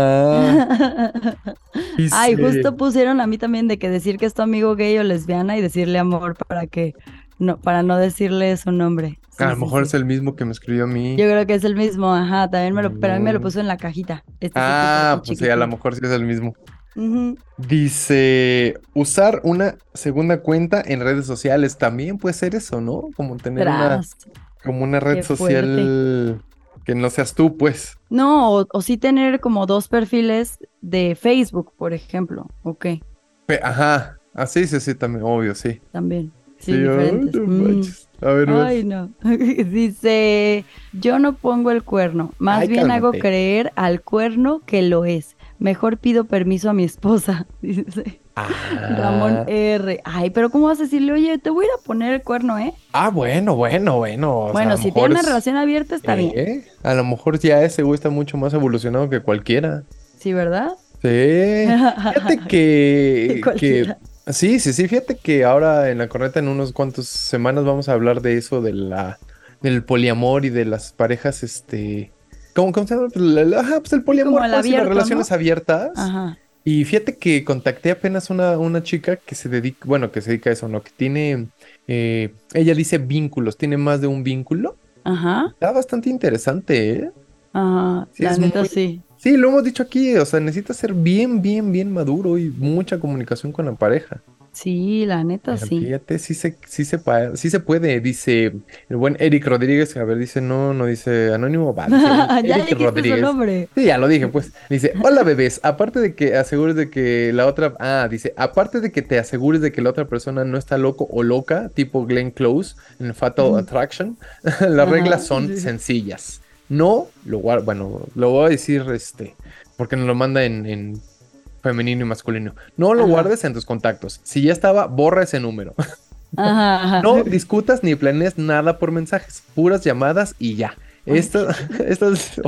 S2: Y
S1: Ay,
S2: Ah. sí.
S1: justo pusieron a mí también de que decir que es tu amigo gay o lesbiana y decirle amor para que no, para no decirle su nombre. Sí,
S2: Ah, A lo
S1: sí,
S2: mejor
S1: sí.
S2: es el mismo que me escribió a mí.
S1: Yo creo que es el mismo, ajá, también me lo, pero a mí me lo
S2: Mm.
S1: puso en la cajita. Este
S2: Ah,
S1: sí
S2: pues
S1: que
S2: sí,
S1: está
S2: a lo
S1: chiquitito.
S2: mejor sí es el mismo.
S1: Ujú.
S2: Dice, usar una segunda cuenta en redes sociales también puede ser eso, ¿no? Como tener una,
S1: Tras.
S2: como una red
S1: Qué
S2: social que no seas tú, pues.
S1: No, o, o sí tener como dos perfiles de Facebook, por ejemplo, o qué,
S2: Pe- Ajá, así, sí, sí, también, obvio, sí.
S1: también. Sí,
S2: Sí, ay,
S1: diferentes.
S2: no
S1: Mm.
S2: manches. A ver, vas.
S1: Ay, no. Dice, yo no pongo el cuerno, más
S2: Ay,
S1: bien hago
S2: cálmate.
S1: creer al cuerno que lo es. Mejor pido permiso a mi esposa, dice Ramón eh.
S2: Ah.
S1: R. Ay, pero ¿cómo vas a decirle, oye, te voy a ir a poner el cuerno, eh?
S2: Ah, bueno, bueno, bueno. o sea, a
S1: bueno,
S2: lo
S1: si
S2: mejor
S1: tiene una
S2: es-
S1: relación abierta está bien.
S2: Eh, A lo mejor ya ese güey está mucho más evolucionado que cualquiera.
S1: Sí, ¿verdad?
S2: Sí. Fíjate que, que
S1: cualquiera.
S2: sí, sí, sí, fíjate que ahora en la corneta en unos cuantos semanas vamos a hablar de eso de la del poliamor y de las parejas este ¿Cómo, cómo se llama? La- la- ajá, pues el poliamor
S1: el
S2: pues, y las
S1: abierto,
S2: relaciones abiertas.
S1: Ajá.
S2: Y fíjate que contacté apenas una, una chica que se dedica, bueno, que se dedica a eso, ¿no? Que tiene, eh, ella dice vínculos, tiene más de un vínculo.
S1: Ajá.
S2: Está bastante interesante, ¿eh?
S1: Ajá.
S2: Sí,
S1: la
S2: es
S1: neta
S2: muy-
S1: sí.
S2: Sí, lo hemos dicho aquí, o sea, necesitas ser bien, bien, bien maduro y mucha comunicación con la pareja.
S1: Sí, la neta
S2: Pero
S1: sí.
S2: Fíjate, sí se, sí, se pa- sí se puede, dice el buen Eric Rodríguez. A ver, dice, no, no dice anónimo, va, dice
S1: ya
S2: Eric
S1: dijiste
S2: Rodríguez.
S1: su nombre.
S2: Sí, ya lo dije, pues. Dice, hola bebés, aparte de que asegures de que la otra, ah, dice, aparte de que te asegures de que la otra persona no está loco o loca, tipo Glenn Close en Fatal
S1: Ujú.
S2: Attraction, las
S1: Ajá,
S2: reglas son
S1: sí.
S2: sencillas. No, lo guar- bueno, lo voy a decir este, porque nos lo manda en, en femenino y masculino. No lo
S1: Ajá.
S2: guardes en tus contactos. Si ya estaba, borra ese número.
S1: Ajá, ajá.
S2: No discutas ni planees nada por mensajes, puras llamadas y ya. Estas, estas,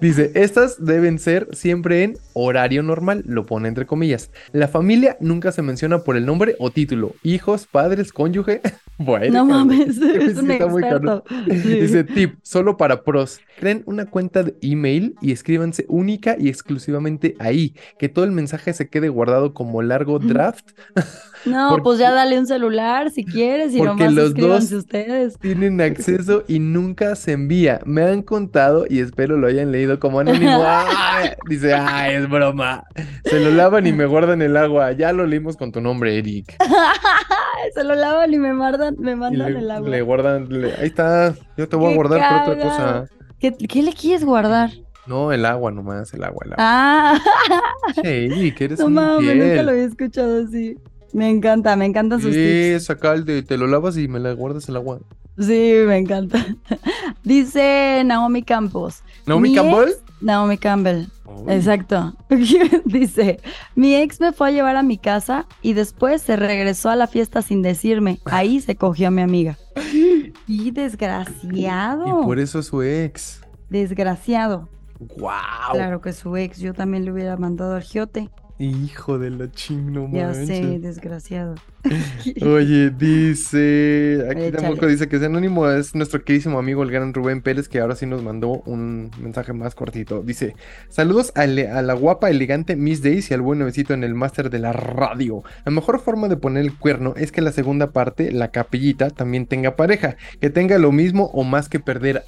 S2: dice, estas deben ser siempre en horario normal, lo pone entre comillas. La familia nunca se menciona por el nombre o título, hijos, padres, cónyuge. Bueno,
S1: No
S2: cabrón.
S1: mames, es
S2: Sí,
S1: un
S2: está muy cabrón.
S1: experto. Sí.
S2: Dice tip, solo para pros. Creen una cuenta de email y escríbanse única y exclusivamente ahí. Que todo el mensaje se quede guardado como largo
S1: Ujú.
S2: draft
S1: No,
S2: porque-
S1: pues ya dale un celular si quieres y
S2: Porque
S1: nomás
S2: los
S1: escríbanse
S2: dos-
S1: ustedes.
S2: tienen acceso y nunca se envía. Me han contado y espero lo hayan leído como anónimo. ¡Ay! Dice, ay, es broma. Se lo lavan y me guardan el agua. Ya lo leímos con tu nombre, Eric.
S1: Ay, se lo lavan y me mandan, me
S2: Y
S1: mandan
S2: le,
S1: el agua.
S2: le guardan, le- ahí está. Yo te voy a
S1: ¡Qué
S2: guardar por otra
S1: cagado!
S2: cosa.
S1: ¿Qué, qué le quieres guardar?
S2: No, el agua nomás, el agua, el agua.
S1: Ah,
S2: Che, Eric, eres
S1: no
S2: un
S1: mames, nunca
S2: infiel.
S1: lo había escuchado así. Me encanta, me encantan sus tips.
S2: Sí, saca el de, te lo lavas y me la guardas el agua.
S1: Sí, me encanta. Dice Naomi Campos.
S2: ¿Naomi
S1: Mi
S2: Campbell?
S1: ex- Naomi Campbell.
S2: Uy,
S1: Exacto. Dice, mi ex me fue a llevar a mi casa y después se regresó a la fiesta sin decirme. Ahí se cogió a mi amiga. Y
S2: Y
S1: desgraciado.
S2: por e-, eso es su ex.
S1: Desgraciado.
S2: ¡Guau!
S1: Claro que su ex, yo también le hubiera mandado al giote.
S2: Hijo de la chino,
S1: Ya
S2: manches.
S1: sé, desgraciado.
S2: Oye, dice, aquí
S1: Échale.
S2: tampoco dice que es anónimo, es nuestro queridísimo amigo el gran Rubén Pérez, que ahora sí nos mandó un mensaje más cortito. Dice, saludos a, le- a la guapa, elegante Miss Daisy y al buen nuevecito en el máster de la radio. La mejor forma de poner el cuerno es que la segunda parte, la capillita, también tenga pareja, que tenga lo mismo o más que perder.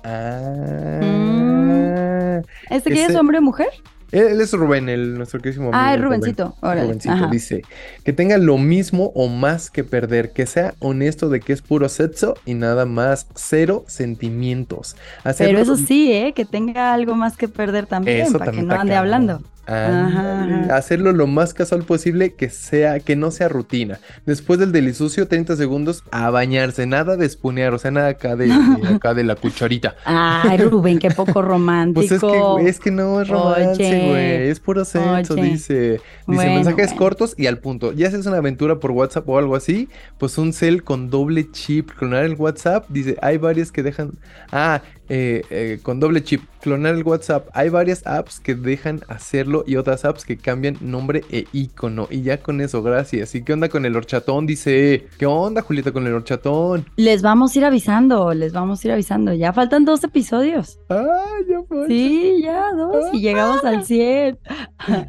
S2: Ah.
S1: ¿Este que es
S2: Ese-
S1: hombre o mujer?
S2: Él es Rubén, el, nuestro queridísimo
S1: Ah, es
S2: amigo Rubén.
S1: Rubencito. Órale,
S2: Jovencito,
S1: ajá.
S2: dice que tenga lo mismo o más que perder, que sea honesto de que es puro sexo y nada más, cero sentimientos.
S1: Pero
S2: Hacerlo-
S1: eso sí, ¿eh? Que tenga algo más que perder también,
S2: Eso
S1: para que
S2: también
S1: no
S2: está
S1: ande
S2: cabrón.
S1: hablando.
S2: Ándale. Hacerlo lo más casual posible, que sea, que no sea rutina. Después del delisucio, 30 segundos a bañarse, nada de espunear, o sea, nada acá de, de acá de la cucharita.
S1: Ay, Rubén, qué poco romántico.
S2: Pues es que, güey, es que no es romance,
S1: Oye.
S2: güey. Es puro sexo,
S1: Oye.
S2: dice. Dice
S1: Bueno,
S2: mensajes
S1: bueno.
S2: cortos y al punto. Ya si es una aventura por WhatsApp o algo así, pues un cel con doble chip. Clonar el WhatsApp, dice, hay varias que dejan. Ah, eh, eh, con doble chip. Clonar el WhatsApp. Hay varias apps que dejan hacerlo y otras apps que cambian nombre e icono. Y ya con eso, gracias. ¿Y qué onda con el horchatón? Dice, ¿qué onda, Julieta, con el horchatón?
S1: Les vamos a ir avisando, les vamos a ir avisando. Ya faltan dos episodios.
S2: Ah, ya fue.
S1: Sí, ya dos y llegamos al 100.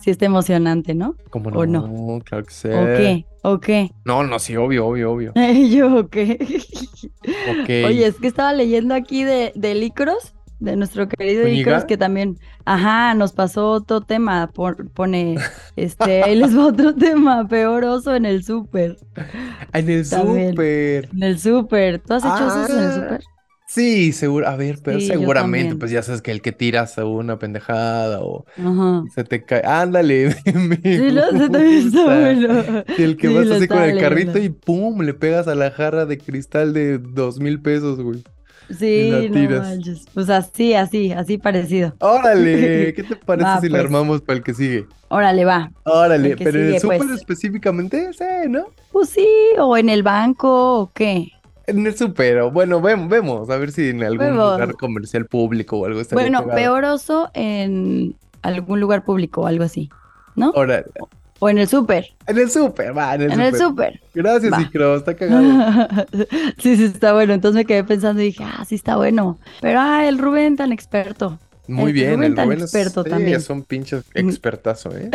S1: Sí está emocionante, ¿no?
S2: ¿Cómo no?
S1: ¿O
S2: Claro que sí.
S1: ¿O qué? ¿O qué?
S2: No, no, sí, obvio, obvio, obvio.
S1: Yo, ¿o qué?
S2: Ok.
S1: Oye, es que estaba leyendo aquí de, de Licros, de nuestro querido
S2: ¿Zúñiga?
S1: Licros, que también, ajá, nos pasó otro tema, por- pone, este, ahí les va otro tema, peor oso en el súper,
S2: En el
S1: También.
S2: súper.
S1: en el súper, ¿tú has hecho osos en el
S2: Ah,
S1: súper?
S2: Sí, seguro. A ver, pero
S1: Sí, yo
S2: seguramente,
S1: también.
S2: pues ya sabes que el que tiras a una pendejada o
S1: Ajá.
S2: se te cae. Ándale, me
S1: Sí, lo sé, también está
S2: gusta.
S1: bueno.
S2: Y el que
S1: Sí,
S2: vas
S1: lo
S2: así con el
S1: estaba
S2: carrito
S1: leyendo.
S2: y pum, le pegas a la jarra de cristal de dos mil pesos, güey. la
S1: Sí, no
S2: tiras.
S1: manches. Pues así, así, así parecido.
S2: Órale, ¿qué te parece
S1: Va,
S2: si la
S1: pues.
S2: armamos para el que sigue?
S1: Órale, va.
S2: Órale,
S1: El que
S2: pero en
S1: sigue,
S2: el súper
S1: pues.
S2: específicamente, sí, ¿no?
S1: Pues sí, o en el banco, o qué.
S2: En el súper, o bueno, vemos, vemos, a ver si en algún
S1: Vemos.
S2: lugar comercial público o algo estaría
S1: Bueno,
S2: pegado.
S1: peor oso en algún lugar público o algo así.
S2: Órale,
S1: O en el súper.
S2: en el súper, va, en el
S1: En el
S2: súper.
S1: súper.
S2: Gracias,
S1: Va.
S2: Icro, está cagado.
S1: sí, sí, está bueno. Entonces me quedé pensando y dije, ah, sí está bueno. Pero, ah, el Rubén tan experto.
S2: Muy
S1: El
S2: bien,
S1: Rubén
S2: el
S1: tan
S2: Rubén es,
S1: experto
S2: sí,
S1: también.
S2: es un pinche expertazo, ¿eh?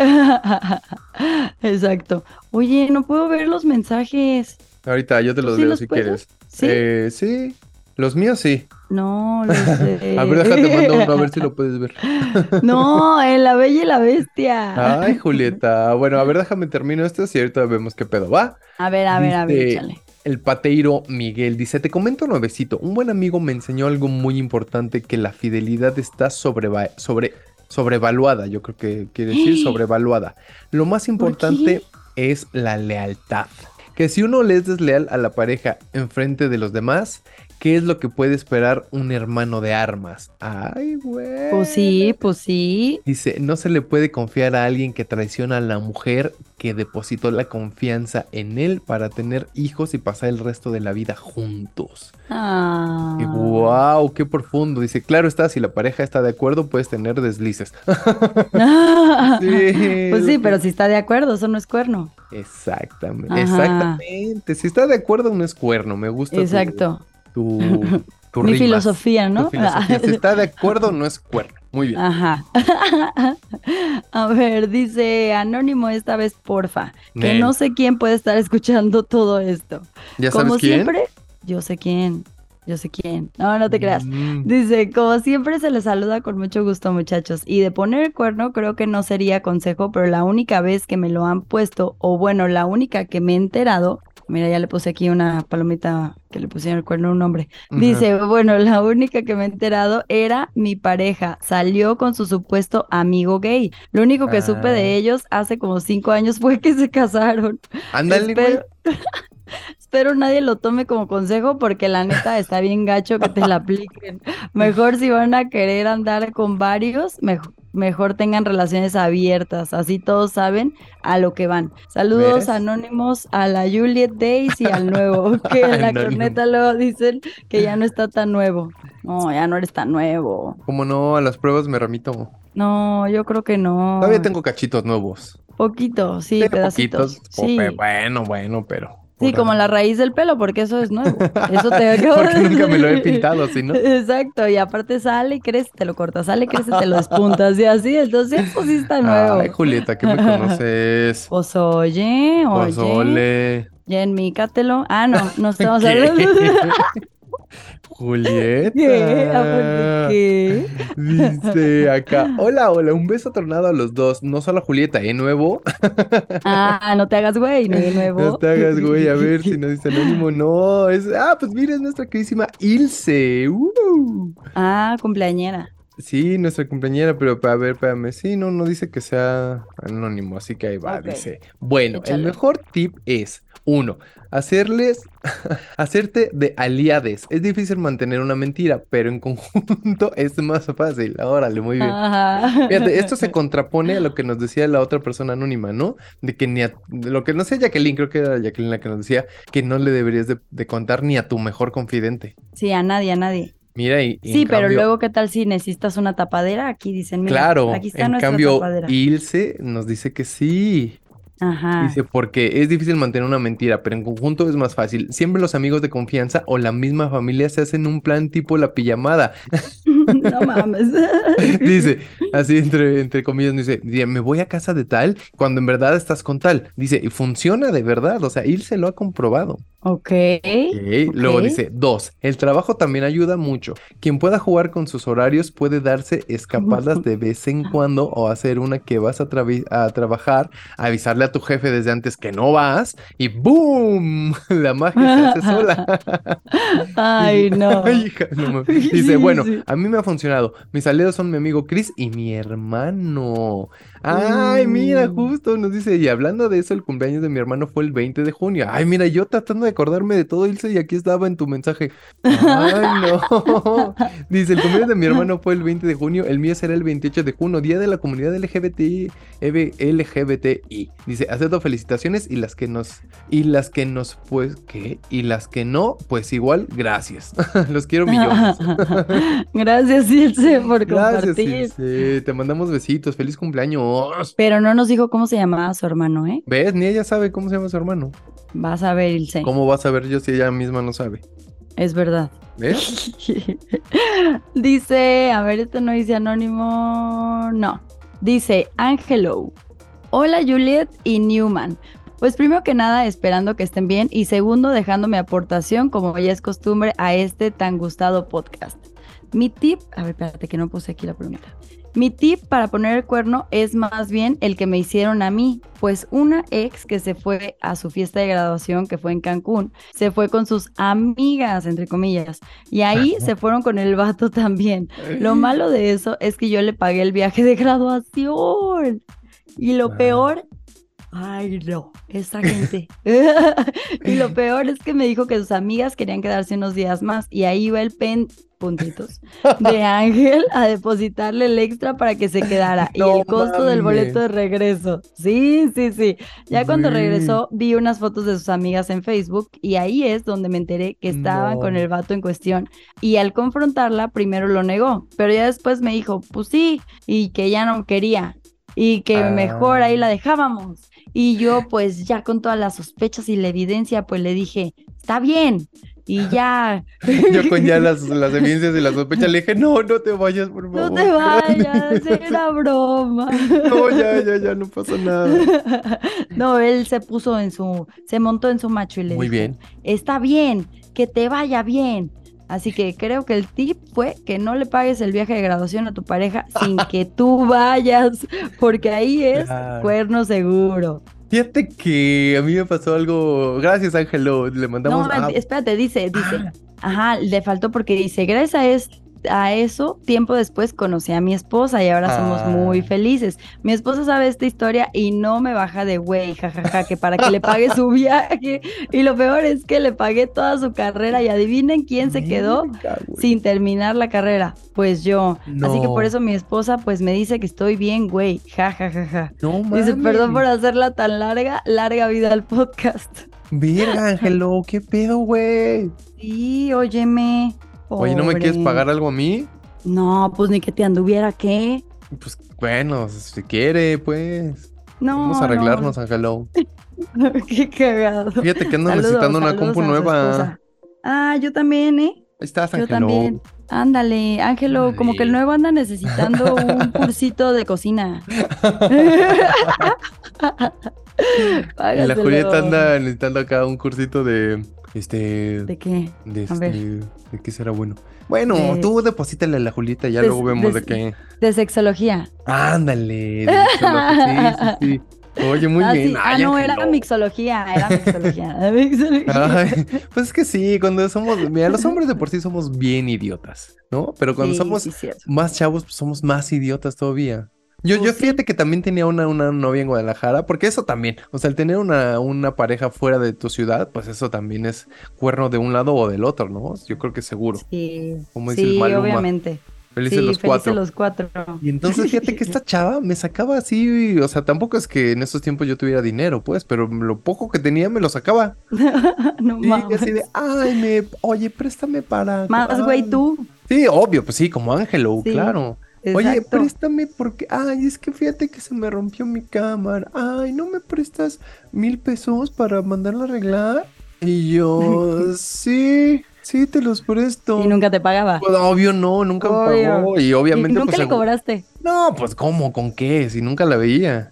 S1: Exacto. Oye, no puedo ver los mensajes.
S2: Ahorita yo te
S1: ¿Tú
S2: los
S1: sí
S2: leo
S1: los
S2: si
S1: puedes?
S2: quieres.
S1: ¿Sí?
S2: Eh, sí, los míos sí.
S1: No, los de...
S2: A ver, déjate, mando uno a ver si lo puedes ver. Ah,
S1: No, en La Bella y la Bestia.
S2: Ay, Julieta. Bueno, a ver, déjame termino esto y ahorita vemos qué pedo, ¿va?
S1: A ver, a ver, a ver,
S2: Dice-
S1: échale.
S2: El pateiro Miguel dice, te comento nuevecito, un buen amigo me enseñó algo muy importante que la fidelidad está sobreva- sobre, sobrevaluada, yo creo que quiere decir sobrevaluada. Lo más importante es la lealtad. Que si uno le es desleal a la pareja enfrente de los demás, ¿qué es lo que puede esperar un hermano de armas? Ay, güey.
S1: Pues sí, pues sí.
S2: Dice, no se le puede confiar a alguien que traiciona a la mujer que depositó la confianza en él para tener hijos y pasar el resto de la vida juntos.
S1: Ah.
S2: Y wow, qué profundo. Dice, claro está, si la pareja está de acuerdo, puedes tener deslices.
S1: Pues sí, pero si está de acuerdo, eso no es cuerno.
S2: Exactamente,
S1: Ajá.
S2: exactamente. Si está de acuerdo, no es cuerno. Me gusta tu-
S1: Exacto.
S2: tu, tu
S1: Mi
S2: rimas,
S1: filosofía,
S2: tu
S1: ¿no? Ah,
S2: filosofía. Si está de acuerdo, no es cuerno. Muy bien.
S1: Ajá. A ver, dice Anónimo esta vez, porfa, que
S2: Nen.
S1: no sé quién puede estar escuchando todo esto.
S2: ¿Ya
S1: Como
S2: sabes quién?
S1: siempre, yo sé quién, yo sé quién. No, no te creas.
S2: Mm.
S1: Dice, como siempre se les saluda con mucho gusto muchachos y de poner el cuerno creo que no sería consejo, pero la única vez que me lo han puesto, o bueno, la única que me he enterado, mira, ya le puse aquí una palomita que le pusieron el cuerno a un hombre,
S2: Ujú.
S1: dice, bueno, la única que me he enterado era mi pareja, salió con su supuesto amigo gay, lo único que supe
S2: Ah.
S1: de ellos hace como cinco años fue que se casaron.
S2: Ándale, güey.
S1: Espero, espero nadie lo tome como consejo porque la neta está bien gacho que te la apliquen. Mejor si van a querer andar con varios, mejor. Mejor tengan relaciones abiertas, así todos saben a lo que van. Saludos
S2: ¿Ves?
S1: anónimos a la Juliet Days y al nuevo, que en la
S2: Anónimo.
S1: corneta luego dicen que ya no está tan nuevo. No, ya no eres tan nuevo.
S2: Como no, a las pruebas me remito.
S1: No, yo creo que no.
S2: Todavía tengo cachitos nuevos.
S1: Poquito, sí,
S2: Tengo
S1: pedacitos.
S2: poquitos, Oh, po-
S1: Sí.
S2: pero bueno, bueno, pero.
S1: Sí,
S2: por
S1: como
S2: ahora.
S1: la raíz del pelo, porque eso es nuevo. Eso te acabo
S2: Porque
S1: de
S2: nunca me lo he
S1: decir.
S2: pintado, si no.
S1: Exacto, y aparte sale y crece, te lo cortas, sale y crece, te lo despuntas y así, entonces eso sí está nuevo.
S2: Ay, Julieta, que me conoces.
S1: Pues oye, oye,
S2: Pozole.
S1: ya en mi cátelo. Ah, no, no estamos
S2: ¿Qué?
S1: hablando de
S2: Julieta.
S1: ¿Qué? Ah, ¿qué?
S2: Dice acá. Hola, hola, un beso tornado a los dos. No solo a Julieta, ¿eh? Nuevo.
S1: Ah, no te hagas güey, no es nuevo.
S2: No te hagas, güey, a ver si nos dice anónimo. No, es. Ah, pues mira, es nuestra queridísima Ilse. Uh.
S1: Ah, cumpleañera.
S2: Sí, nuestra compañera, pero a ver, espérame. Sí, no, no dice que sea anónimo, así que ahí va,
S3: Ok.
S2: dice. Bueno,
S3: Échale.
S2: el mejor tip es, uno, hacerles, hacerte de aliades. Es difícil mantener una mentira, pero en conjunto es más fácil. Órale, muy
S1: Ah.
S2: bien.
S1: Ajá.
S2: Fíjate, esto se contrapone a lo que nos decía la otra persona anónima, ¿no? De que ni a, de lo que no sé, Jacqueline, creo que era Jacqueline la que nos decía que no le deberías de, de contar ni a tu mejor confidente.
S1: Sí, a nadie, a nadie.
S2: Mira, y, y en
S1: Sí, pero
S2: cambio-
S1: luego, ¿qué tal si necesitas una tapadera? Aquí dicen, mira,
S2: Claro,
S1: aquí está
S2: en
S1: nuestra
S2: cambio,
S1: tapadera. Ah.
S2: Ilse nos dice que sí.
S1: Ajá.
S2: Dice, porque es difícil mantener una mentira, pero en conjunto es más fácil. Siempre los amigos de confianza o la misma familia se hacen un plan tipo la pijamada.
S1: no mames.
S2: Dice, así entre, entre comillas, dice, "Dice, me voy a casa de tal cuando en verdad estás con tal. Dice, y funciona de verdad, o sea, Ilse lo ha comprobado.
S1: Ok.
S2: Ok, Luego
S1: ok.
S2: dice, dos, el trabajo también ayuda mucho. Quien pueda jugar con sus horarios puede darse escapadas de vez en cuando o hacer una que vas a, travi- a trabajar, avisarle a tu jefe desde antes que no vas y ¡boom! La magia se hace sola.
S1: Ay, no.
S2: Ay, hija, no mames.
S1: Sí,
S2: Dice, bueno,
S1: sí.
S2: a mí me ha funcionado. Mis aliados son mi amigo Chris y mi hermano. Ay, mira,
S1: Mm.
S2: justo nos dice, y hablando de eso, el cumpleaños de mi hermano fue el 20 de junio. Ay, mira, yo tratando de acordarme de todo, Ilse, y aquí estaba en tu mensaje. Ay, no. Dice, el cumpleaños de mi hermano fue el 20 de junio, el mío será el 28 de junio, día de la comunidad LGBT, EB LGBTI. Dice, acepto felicitaciones y las que nos, y las que nos, pues, ¿qué? Y las que no, pues igual, gracias. Los quiero millones.
S1: Gracias, Ilse, por
S2: Gracias,
S1: compartir.
S2: Ilse. Te mandamos besitos. Feliz cumpleaños.
S1: Pero no nos dijo cómo se llamaba su hermano, ¿eh?
S2: ¿Ves? Ni ella sabe cómo se llama su hermano.
S1: Vas a ver, Ilse.
S2: ¿Cómo vas a ver yo si ella misma no sabe?
S1: Es verdad.
S2: ¿Ves?
S1: dice, a ver, este no dice anónimo, no. Dice, Angelo. Hola Juliet y Newman. Pues primero que nada, esperando que estén bien y segundo, dejando mi aportación, como ya es costumbre, a este tan gustado podcast. Mi tip, a ver, espérate que no puse aquí la pregunta. Mi tip para poner el cuerno es más bien el que me hicieron a mí, pues una ex que se fue a su fiesta de graduación que fue en Cancún, se fue con sus amigas, entre comillas, y ahí se fueron con el vato también. Lo malo de eso es que yo le pagué el viaje de graduación. Y lo
S2: Ah.
S1: peor, ay no, esa gente. y lo peor es que me dijo que sus amigas querían quedarse unos días más y ahí va el pen puntitos de Ángel a depositarle el extra para que se quedara y
S2: No
S1: el costo del boleto de
S2: mames.
S1: regreso. Sí, sí, sí. Ya cuando
S2: Güey.
S1: regresó vi unas fotos de sus amigas en Facebook y ahí es donde me enteré que estaban
S2: No.
S1: con el vato en cuestión y al confrontarla primero lo negó, pero ya después me dijo, pues sí, y que ya no quería y que
S2: Ah.
S1: mejor ahí la dejábamos. Y yo pues ya con todas las sospechas y la evidencia pues le dije, está bien. Y ya.
S2: Yo con ya las, las evidencias y las sospechas le dije, no, no te vayas, por favor.
S1: No te vayas, era broma.
S2: No, ya, ya, ya, no pasa nada.
S1: No, él se puso en su, se montó en su macho y le
S2: Muy
S1: dijo,
S2: bien.
S1: está bien, que te vaya bien. Así que creo que el tip fue que no le pagues el viaje de graduación a tu pareja sin que tú vayas, porque ahí es
S2: Claro.
S1: cuerno seguro.
S2: Fíjate que a mí me pasó algo. Gracias, Ángelo. Le mandamos.
S1: No,
S2: ah,
S1: espérate, dice, dice. Ajá, le faltó porque dice, gracias a, es- a eso, tiempo después conocí a mi esposa y ahora somos
S2: Ah.
S1: muy felices. Mi esposa sabe esta historia y no me baja de güey, jajaja, que para que le pague su viaje. Y lo peor es que le pagué toda su carrera y adivinen quién se quedó
S2: verga, güey.
S1: sin terminar la carrera. Pues yo. Así que
S2: Pues. No.
S1: por eso mi esposa pues me dice que estoy bien, güey, jajajaja.
S2: No
S1: Dice, perdón por
S2: mames.
S1: hacerla tan larga, larga vida al podcast.
S2: Verga, Ángelo, qué pedo, güey.
S1: Sí, óyeme.
S2: Oye, ¿no me quieres
S1: pobre.
S2: pagar algo a mí?
S1: No, pues ni que te anduviera, ¿qué?
S2: Pues bueno, si quiere, pues.
S1: No.
S2: Vamos a arreglarnos, Ángelo.
S1: no. Qué cagado.
S2: Fíjate que ando
S1: Saludos,
S2: necesitando una
S1: saludos
S2: compu
S1: a su
S2: nueva. Ahí
S1: esposa. Ah, yo también, ¿eh?
S2: estás,
S1: Yo
S2: Ángelo.
S1: también. Ándale, Ángelo, como que el
S2: Ándale.
S1: nuevo anda necesitando un cursito de cocina.
S2: Y la
S1: Págaselo.
S2: Julieta anda necesitando acá un cursito de. Este.
S1: ¿De qué?
S2: de,
S1: a ver.
S2: este, ¿de qué será bueno? Bueno,
S1: De-
S2: tú deposítale a la Julieta, ya
S1: Des-
S2: luego vemos de
S1: des-
S2: qué.
S1: De sexología.
S2: Ándale. de hecho, lo que- sí, sí, sí. Oye, muy
S1: Ah, sí.
S2: bien.
S1: Ah,
S2: Ay,
S1: no,
S2: Ángel,
S1: era mixología, era mixología. era mixología.
S2: Ay, pues es que sí, cuando somos, mira, los hombres de por sí somos bien idiotas, ¿no? Pero cuando
S1: Sí,
S2: somos
S1: sí, cierto.
S2: más chavos, pues somos más idiotas todavía. Yo,
S1: Pues
S2: yo
S1: sí.
S2: fíjate que también tenía una, una novia en Guadalajara, porque eso también, o sea, el tener una, una pareja fuera de tu ciudad, pues eso también es cuerno de un lado o del otro, ¿no? Yo creo que seguro,
S1: Sí,
S2: como dice el
S1: sí
S2: Maluma,
S1: obviamente.
S2: felices
S1: sí,
S2: los
S1: felices
S2: cuatro.
S1: los cuatro.
S2: Y entonces fíjate que esta chava me sacaba así, o sea, tampoco es que en esos tiempos yo tuviera dinero, pues, pero lo poco que tenía me lo sacaba.
S1: no
S2: Y
S1: mames.
S2: así de, ay, me, oye, préstame para...
S1: Más güey
S2: ay".
S1: tú.
S2: Sí, obvio, pues sí, como Ángelo,
S1: Sí,
S2: claro. Oye,
S1: Exacto.
S2: préstame porque, ay, es que fíjate que se me rompió mi cámara. Ay, ¿no me prestas mil pesos para mandarla a arreglar? Y yo, sí, sí, te los presto.
S1: Y nunca te pagaba.
S2: Pues, obvio, no, nunca me
S1: Obvio.
S2: pagó. Y
S1: Y
S2: obviamente,
S1: nunca
S2: pues,
S1: le
S2: segu-
S1: cobraste.
S2: no, pues, ¿cómo? ¿Con qué? Si nunca la veía.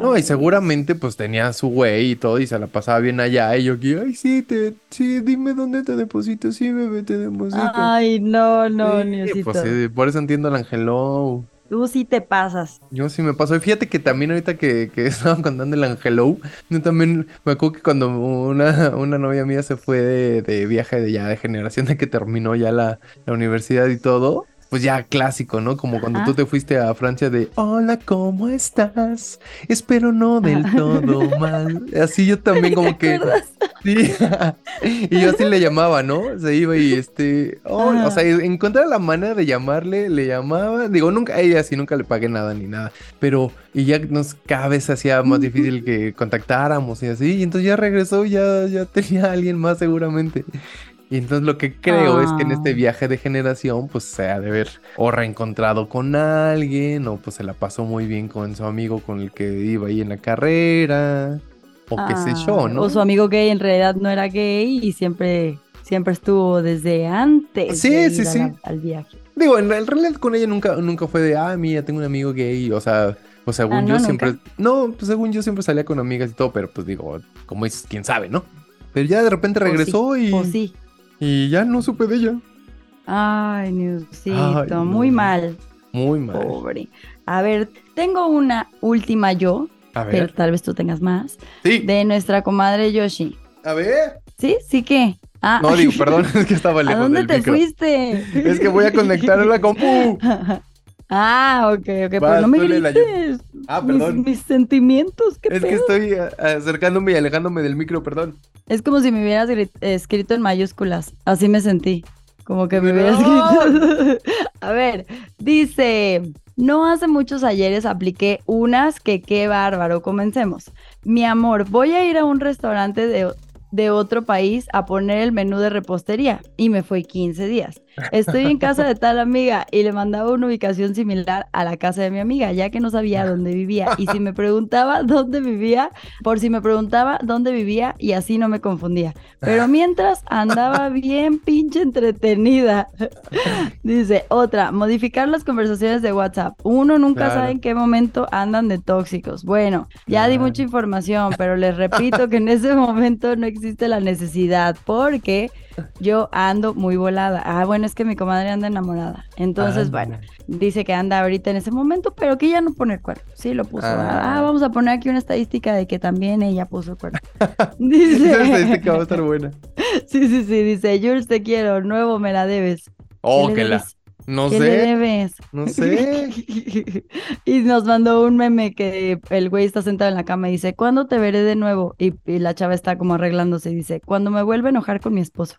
S2: No,
S1: Ah.
S2: y seguramente pues tenía a su güey y todo y se la pasaba bien allá. Y yo aquí, ay, sí, te, sí, dime dónde te deposito. Sí, bebé, te deposito.
S1: Ay, no, no,
S2: Sí,
S1: Niosito.
S2: pues sí, por eso entiendo al Angelo.
S1: Tú sí te pasas.
S2: Yo sí me pasó. Y fíjate que también ahorita que, que estaban contando el Angelo, yo también me acuerdo que cuando una, una novia mía se fue de, de viaje de ya de generación de que terminó ya la, la universidad y todo. Pues ya clásico, ¿no? Como cuando
S1: Ajá.
S2: tú te fuiste a Francia de Hola, ¿cómo estás? Espero no del
S1: Ajá.
S2: todo mal. Así yo también como que
S1: acuerdas?
S2: Sí. Y yo así le llamaba, ¿no? Se iba y este, oh,
S1: Ajá.
S2: o sea, encontrar la manera de llamarle, le llamaba, digo, nunca, ella sí nunca le pagué nada ni nada, pero, y ya nos cada vez se hacía más difícil que contactáramos y así, y entonces ya regresó, ya, ya tenía a alguien más seguramente. Y entonces lo que creo es que en este
S1: Ah.
S2: viaje de generación, pues se ha de ver o reencontrado con alguien, o pues se la pasó muy bien con su amigo con el que iba ahí en la carrera, o qué sé yo,
S1: Ah,
S2: ¿no?
S1: O su amigo gay en realidad no era gay y siempre, siempre estuvo desde antes
S2: Sí,
S1: de
S2: sí,
S1: ir a
S2: sí.
S1: la- al viaje.
S2: Digo, en, en realidad con ella nunca, nunca fue de, ah, mira, tengo un amigo gay, o sea, pues según
S1: Ah,
S2: yo
S1: no,
S2: siempre, no, pues según yo siempre salía con amigas y todo, pero pues digo, como dices, quién sabe, ¿no? Pero ya de repente
S1: Pues sí,
S2: regresó y,
S1: O sí.
S2: y ya no supe de ella.
S1: Ay, Niosito,
S2: Ay, no.
S1: muy mal,
S2: Muy mal.
S1: pobre. A ver, tengo una última yo,
S2: a
S1: pero
S2: ver.
S1: tal vez tú tengas más,
S2: Sí,
S1: de nuestra comadre Yoshi.
S2: a ver.
S1: ¿Sí? ¿Sí qué? Ah,
S2: No, digo, perdón, es que estaba
S1: ¿A
S2: lejos
S1: dónde
S2: del
S1: te
S2: micro.
S1: fuiste?
S2: Es que voy a conectar a la compu.
S1: Ah, ok, ok,
S2: Vas,
S1: pues no me
S2: tú léela, yo-
S1: grites.
S2: Ah,
S1: mis,
S2: perdón.
S1: mis sentimientos, qué
S2: Es que
S1: pedo.
S2: estoy a- acercándome y alejándome del micro, perdón.
S1: Es como si me hubieras grit- escrito en mayúsculas. Así me sentí. Como que me hubieras
S2: ¡No!
S1: escrito. A ver, dice. No hace muchos ayeres apliqué unas que qué bárbaro. Comencemos. Mi amor, voy a ir a un restaurante de, de otro país a poner el menú de repostería y me fue 15 días. Estoy en casa de tal amiga y le mandaba una ubicación similar a la casa de mi amiga, ya que no sabía dónde vivía. Y si me preguntaba dónde vivía, por si me preguntaba dónde vivía y así no me confundía. Pero mientras andaba bien pinche entretenida. Dice otra, modificar las conversaciones de WhatsApp. Uno nunca
S2: Claro.
S1: sabe en qué momento andan de tóxicos. Bueno, ya di
S2: Claro.
S1: mucha información, pero les repito que en ese momento no existe la necesidad porque yo ando muy volada. Ah, bueno, es que mi comadre anda enamorada. Entonces,
S2: Ah,
S1: bueno, dice que anda ahorita en ese momento, pero que ya no pone el cuerno. Sí, lo puso.
S2: Ah.
S1: Ah, vamos a poner aquí una estadística de que también ella puso el cuerno.
S2: Esa
S1: Dice,
S2: estadística va a estar buena.
S1: sí, sí, sí, dice, Jules, te quiero, nuevo me la debes. ¿Qué
S2: Oh,
S1: le
S2: que la.
S1: debes?
S2: No
S1: ¿Qué le
S2: sé,
S1: debes?
S2: no sé.
S1: y nos mandó un meme que el güey está sentado en la cama y dice, ¿cuándo te veré de nuevo? Y, y la chava está como arreglándose y dice, cuando me vuelva a enojar con mi esposo.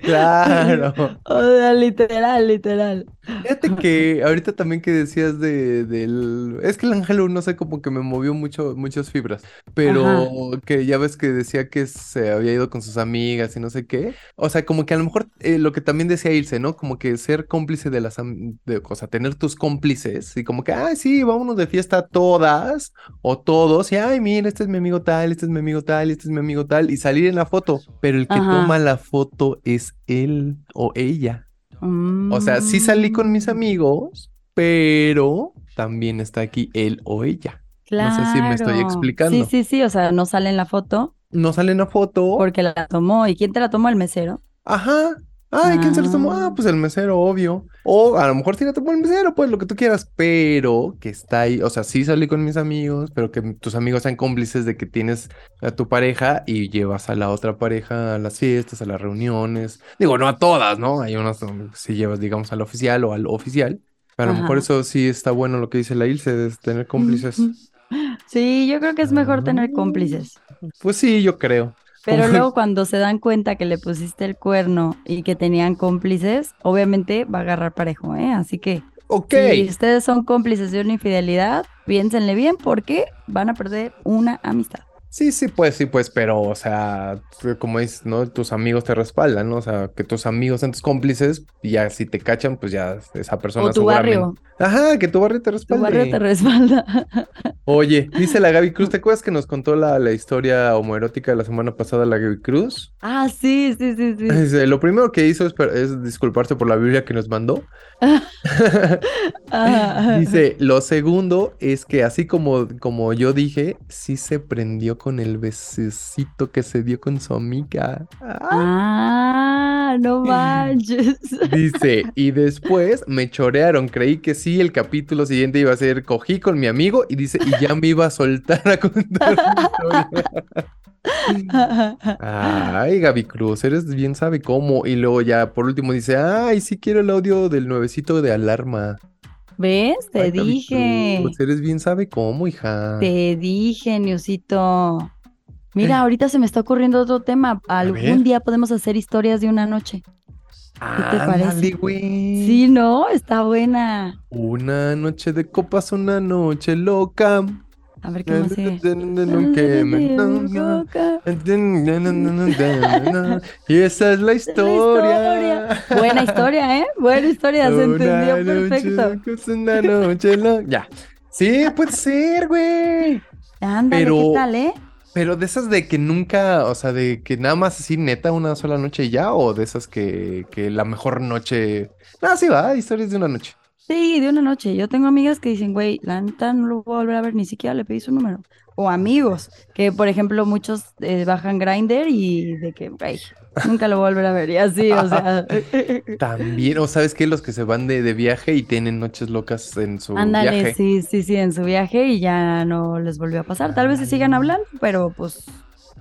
S2: Claro.
S1: o sea, literal, literal.
S2: Fíjate que ahorita también que decías de, del... Es que el Ángelo, no sé, como que me movió mucho, muchas fibras, pero que ya ves que decía que se había ido con sus amigas y no sé qué. O sea, como que a lo mejor eh, lo que también decía Ilse, ¿no? Como que ser cómplice de las... am- De, o sea, tener tus cómplices y como que, ah, sí, vámonos de fiesta todas o todos y, ay, mira, este es mi amigo tal, este es mi amigo tal, este es mi amigo tal y salir en la foto, pero el que
S1: Ajá.
S2: toma la foto es él o ella. O sea, sí salí con mis
S1: Mm,
S2: amigos, pero también está aquí él o ella. no sé si me estoy
S1: claro.
S2: explicando.
S1: Sí, sí, sí, o sea, no sale en la foto
S2: No sale en la foto.
S1: porque la tomó. ¿Y quién te la tomó? El mesero.
S2: Ajá. Ay, ¿quién se los tomó? Ah, pues el mesero, obvio. O a lo mejor sí la tomó el mesero, pues lo que tú quieras, pero que está ahí. O sea, sí salí con mis amigos, pero que tus amigos sean cómplices de que tienes a tu pareja y llevas a la otra pareja a las fiestas, a las reuniones. Digo, no a todas, ¿no? Hay unas donde si llevas, digamos, al oficial o al oficial. A lo
S1: Ajá.
S2: mejor eso sí está bueno lo que dice la Ilse, de tener cómplices.
S1: Sí, yo creo que es mejor tener cómplices.
S2: Pues sí, yo creo.
S1: Pero
S2: Como-
S1: luego cuando se dan cuenta que le pusiste el cuerno y que tenían cómplices, obviamente va a agarrar parejo, ¿eh? Así que
S2: Ok.
S1: si ustedes son cómplices de una infidelidad, piénsenle bien porque van a perder una amistad.
S2: Sí, sí, pues, sí, pues, pero, o sea, tú- como es, ¿no? Tus amigos te respaldan, ¿no? O sea, que tus amigos sean tus cómplices y ya si te cachan, pues ya esa persona
S1: O tu
S2: seguramente-
S1: barrio,
S2: Ajá, que tu barrio te
S1: tu
S2: respalde.
S1: barrio te respalda.
S2: Oye, dice la Gaby Cruz, ¿te acuerdas que nos contó la, la historia homoerótica de la semana pasada la Gaby Cruz?
S1: Ah, sí, sí, sí, sí.
S2: Dice, lo primero que hizo es, per- es disculparse por la Biblia que nos mandó.
S1: Ah,
S2: Dice, lo segundo es que así como, como yo dije, sí se prendió con el besecito que se dio con su amiga. Ah.
S1: ah, no manches.
S2: Dice, y después me chorearon, creí que sí, el capítulo siguiente iba a ser cogí con mi amigo y dice, y ya me iba a soltar a contar mi historia. Ay, Gaby Cruz, eres bien sabe cómo. Y luego ya por último dice, ay, sí quiero el audio del nuevecito de alarma.
S1: ¿Ves? Te
S2: Ay, Gaby
S1: dije.
S2: Cruz, eres bien sabe cómo, hija.
S1: Te dije, Niusito. Mira, ahorita se me está ocurriendo otro tema.
S2: Eh. ver.
S1: Algún día podemos hacer historias de una noche. ¿Qué te
S2: Ándale,
S1: parece?
S2: güey.
S1: Sí, ¿no? Está buena.
S2: Una noche de copas, una noche loca.
S1: A ver qué más es.
S2: Que me- Y esa es la historia.
S1: Buena historia, ¿eh? Buena historia, se entendió
S2: Una noche
S1: perfecto.
S2: loca es una noche loca. Ya. Sí, puede ser, güey.
S1: Ándale,
S2: Pero-
S1: ¿qué tal, eh?
S2: Pero de esas de que nunca, o sea, de que nada más así neta una sola noche y ya, o de esas que, que la mejor noche. Ah, sí va, historias de una noche.
S1: Sí, de una noche. Yo tengo amigas que dicen, güey, la neta no lo voy a volver a ver, ni siquiera le pedí su número. O amigos, que por ejemplo muchos eh, bajan Grindr y de que, güey, nunca lo voy a volver a ver. Y así, o sea.
S2: También, o sabes que los que se van de, de viaje y tienen noches locas en su
S1: Ándale,
S2: viaje.
S1: sí, sí, sí, en su viaje y ya no les volvió a pasar. Tal vez se sigan
S2: Ándale.
S1: hablando, pero pues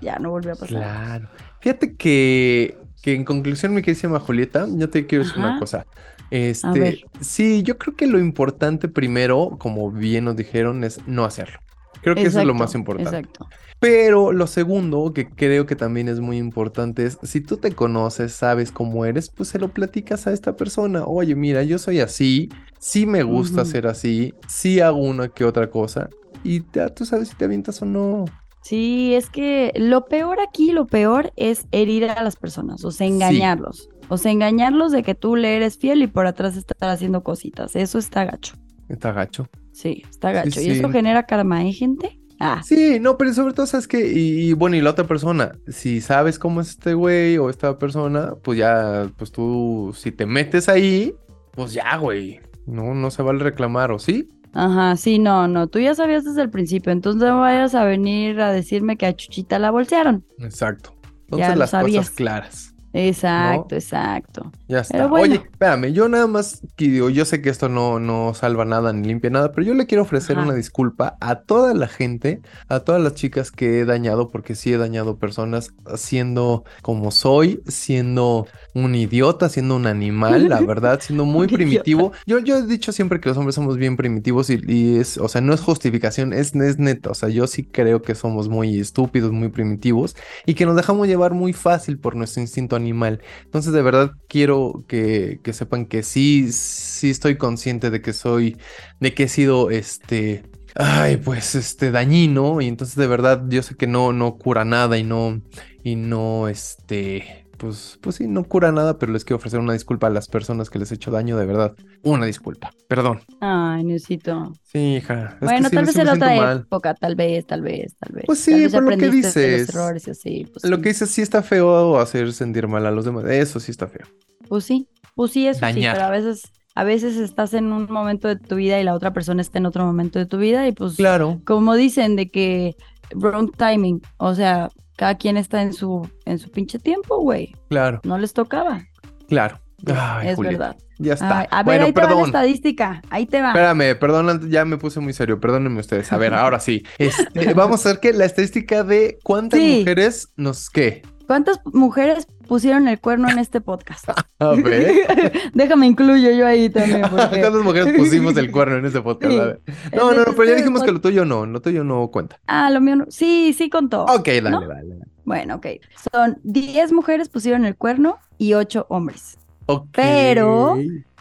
S1: ya no volvió a pasar.
S2: Claro. Fíjate que, que en conclusión, mi queridísima Julieta, yo te quiero decir una
S1: Ajá.
S2: cosa. Este,
S1: ver.
S2: sí, yo creo que lo importante primero, como bien nos dijeron, es no hacerlo. Creo que eso es lo
S1: Exacto,
S2: más importante.
S1: Exacto.
S2: Pero lo segundo, que creo que también es muy importante, es si tú te conoces, sabes cómo eres, pues se lo platicas a esta persona. Oye, mira, yo soy así, sí me gusta
S1: Ujú.
S2: ser así, sí hago una que otra cosa, y ya tú sabes si te avientas o no.
S1: Sí, es que lo peor aquí, lo peor es herir a las personas, o sea,
S2: Sí.
S1: engañarlos. O sea, engañarlos de que tú le eres fiel y por atrás estar haciendo cositas. Eso está gacho.
S2: Está gacho.
S1: Sí, está gacho. Y eso
S2: sí.
S1: genera karma, ¿eh, gente? Ah,
S2: Sí, no, pero sobre todo sabes que, y, y bueno, y la otra persona, si sabes cómo es este güey o esta persona, pues ya, pues tú, si te metes ahí, pues ya, güey. No, no se vale reclamar, ¿o sí?
S1: ajá, sí, no, no. Tú ya sabías desde el principio, entonces no vayas a venir a decirme que a Chuchita la bolsearon.
S2: Exacto.
S1: Ya
S2: Entonces
S1: lo
S2: las
S1: sabías.
S2: cosas claras.
S1: Exacto, exacto.
S2: Ya está.
S1: Pero bueno.
S2: Oye, espérame, yo nada más que digo, yo sé que esto no, no salva nada ni limpia nada, pero yo le quiero ofrecer
S1: Ajá.
S2: una disculpa a toda la gente, a todas las chicas que he dañado, porque sí he dañado personas siendo como soy, siendo un idiota, siendo un animal, la verdad, siendo muy
S1: Un
S2: primitivo. Yo, yo he dicho siempre que los hombres somos bien primitivos y, y es, o sea, no es justificación, es, es neta. O sea, yo sí creo que somos muy estúpidos, muy primitivos y que nos dejamos llevar muy fácil por nuestro instinto animal. Entonces, de verdad, quiero que, que sepan que sí, sí estoy consciente de que soy, de que he sido este, ay, pues este, dañino. Y entonces, de verdad, yo sé que no, no cura nada y no, y no, este, pues, pues sí, no cura nada, pero les quiero ofrecer una disculpa a las personas que les he hecho daño, de verdad. Una disculpa, perdón.
S1: Ay, Niusito.
S2: Sí, hija. es que
S1: bueno,
S2: sí,
S1: tal vez
S2: sí me
S1: en
S2: siento
S1: otra
S2: mal.
S1: época, tal vez, tal vez, tal vez.
S2: Pues
S1: Tal
S2: sí,
S1: vez ya
S2: por lo que
S1: aprendiste de
S2: dices.
S1: los errores y así. Pues
S2: Lo
S1: sí.
S2: que dices sí está feo hacer sentir mal a los demás. Eso sí está feo.
S1: Pues sí, pues sí, eso sí,
S2: Dañar.
S1: pero a veces, a veces estás en un momento de tu vida y la otra persona está en otro momento de tu vida y pues
S2: Claro.
S1: como dicen de que wrong timing, o sea, cada quien está en su en su pinche tiempo, güey,
S2: Claro.
S1: no les tocaba.
S2: Claro. Ay,
S1: es
S2: Julieta.
S1: verdad.
S2: Ya está.
S1: Ay, a ver,
S2: bueno,
S1: ahí te Ah. va la
S2: perdón.
S1: estadística. Ahí te va.
S2: Espérame, perdón, ya me puse muy serio, perdónenme ustedes. A ver, ahora sí. Este, vamos a hacer que la estadística de cuántas
S1: Sí.
S2: mujeres nos qué.
S1: ¿Cuántas mujeres pusieron el cuerno en este podcast?
S2: A ver.
S1: Déjame incluyo yo ahí también. porque-
S2: ¿Cuántas mujeres pusimos el cuerno en este podcast?
S1: Sí.
S2: A ver. No,
S1: En
S2: no, no,
S1: este
S2: pero ya dijimos que
S1: podcast-
S2: lo tuyo no, lo tuyo no cuenta.
S1: Ah, lo mío no. Sí, sí contó.
S2: Ok, dale,
S1: ¿No?
S2: dale. dale.
S1: Bueno, ok. Son 10 mujeres pusieron el cuerno y 8 hombres.
S2: Ok.
S1: Pero-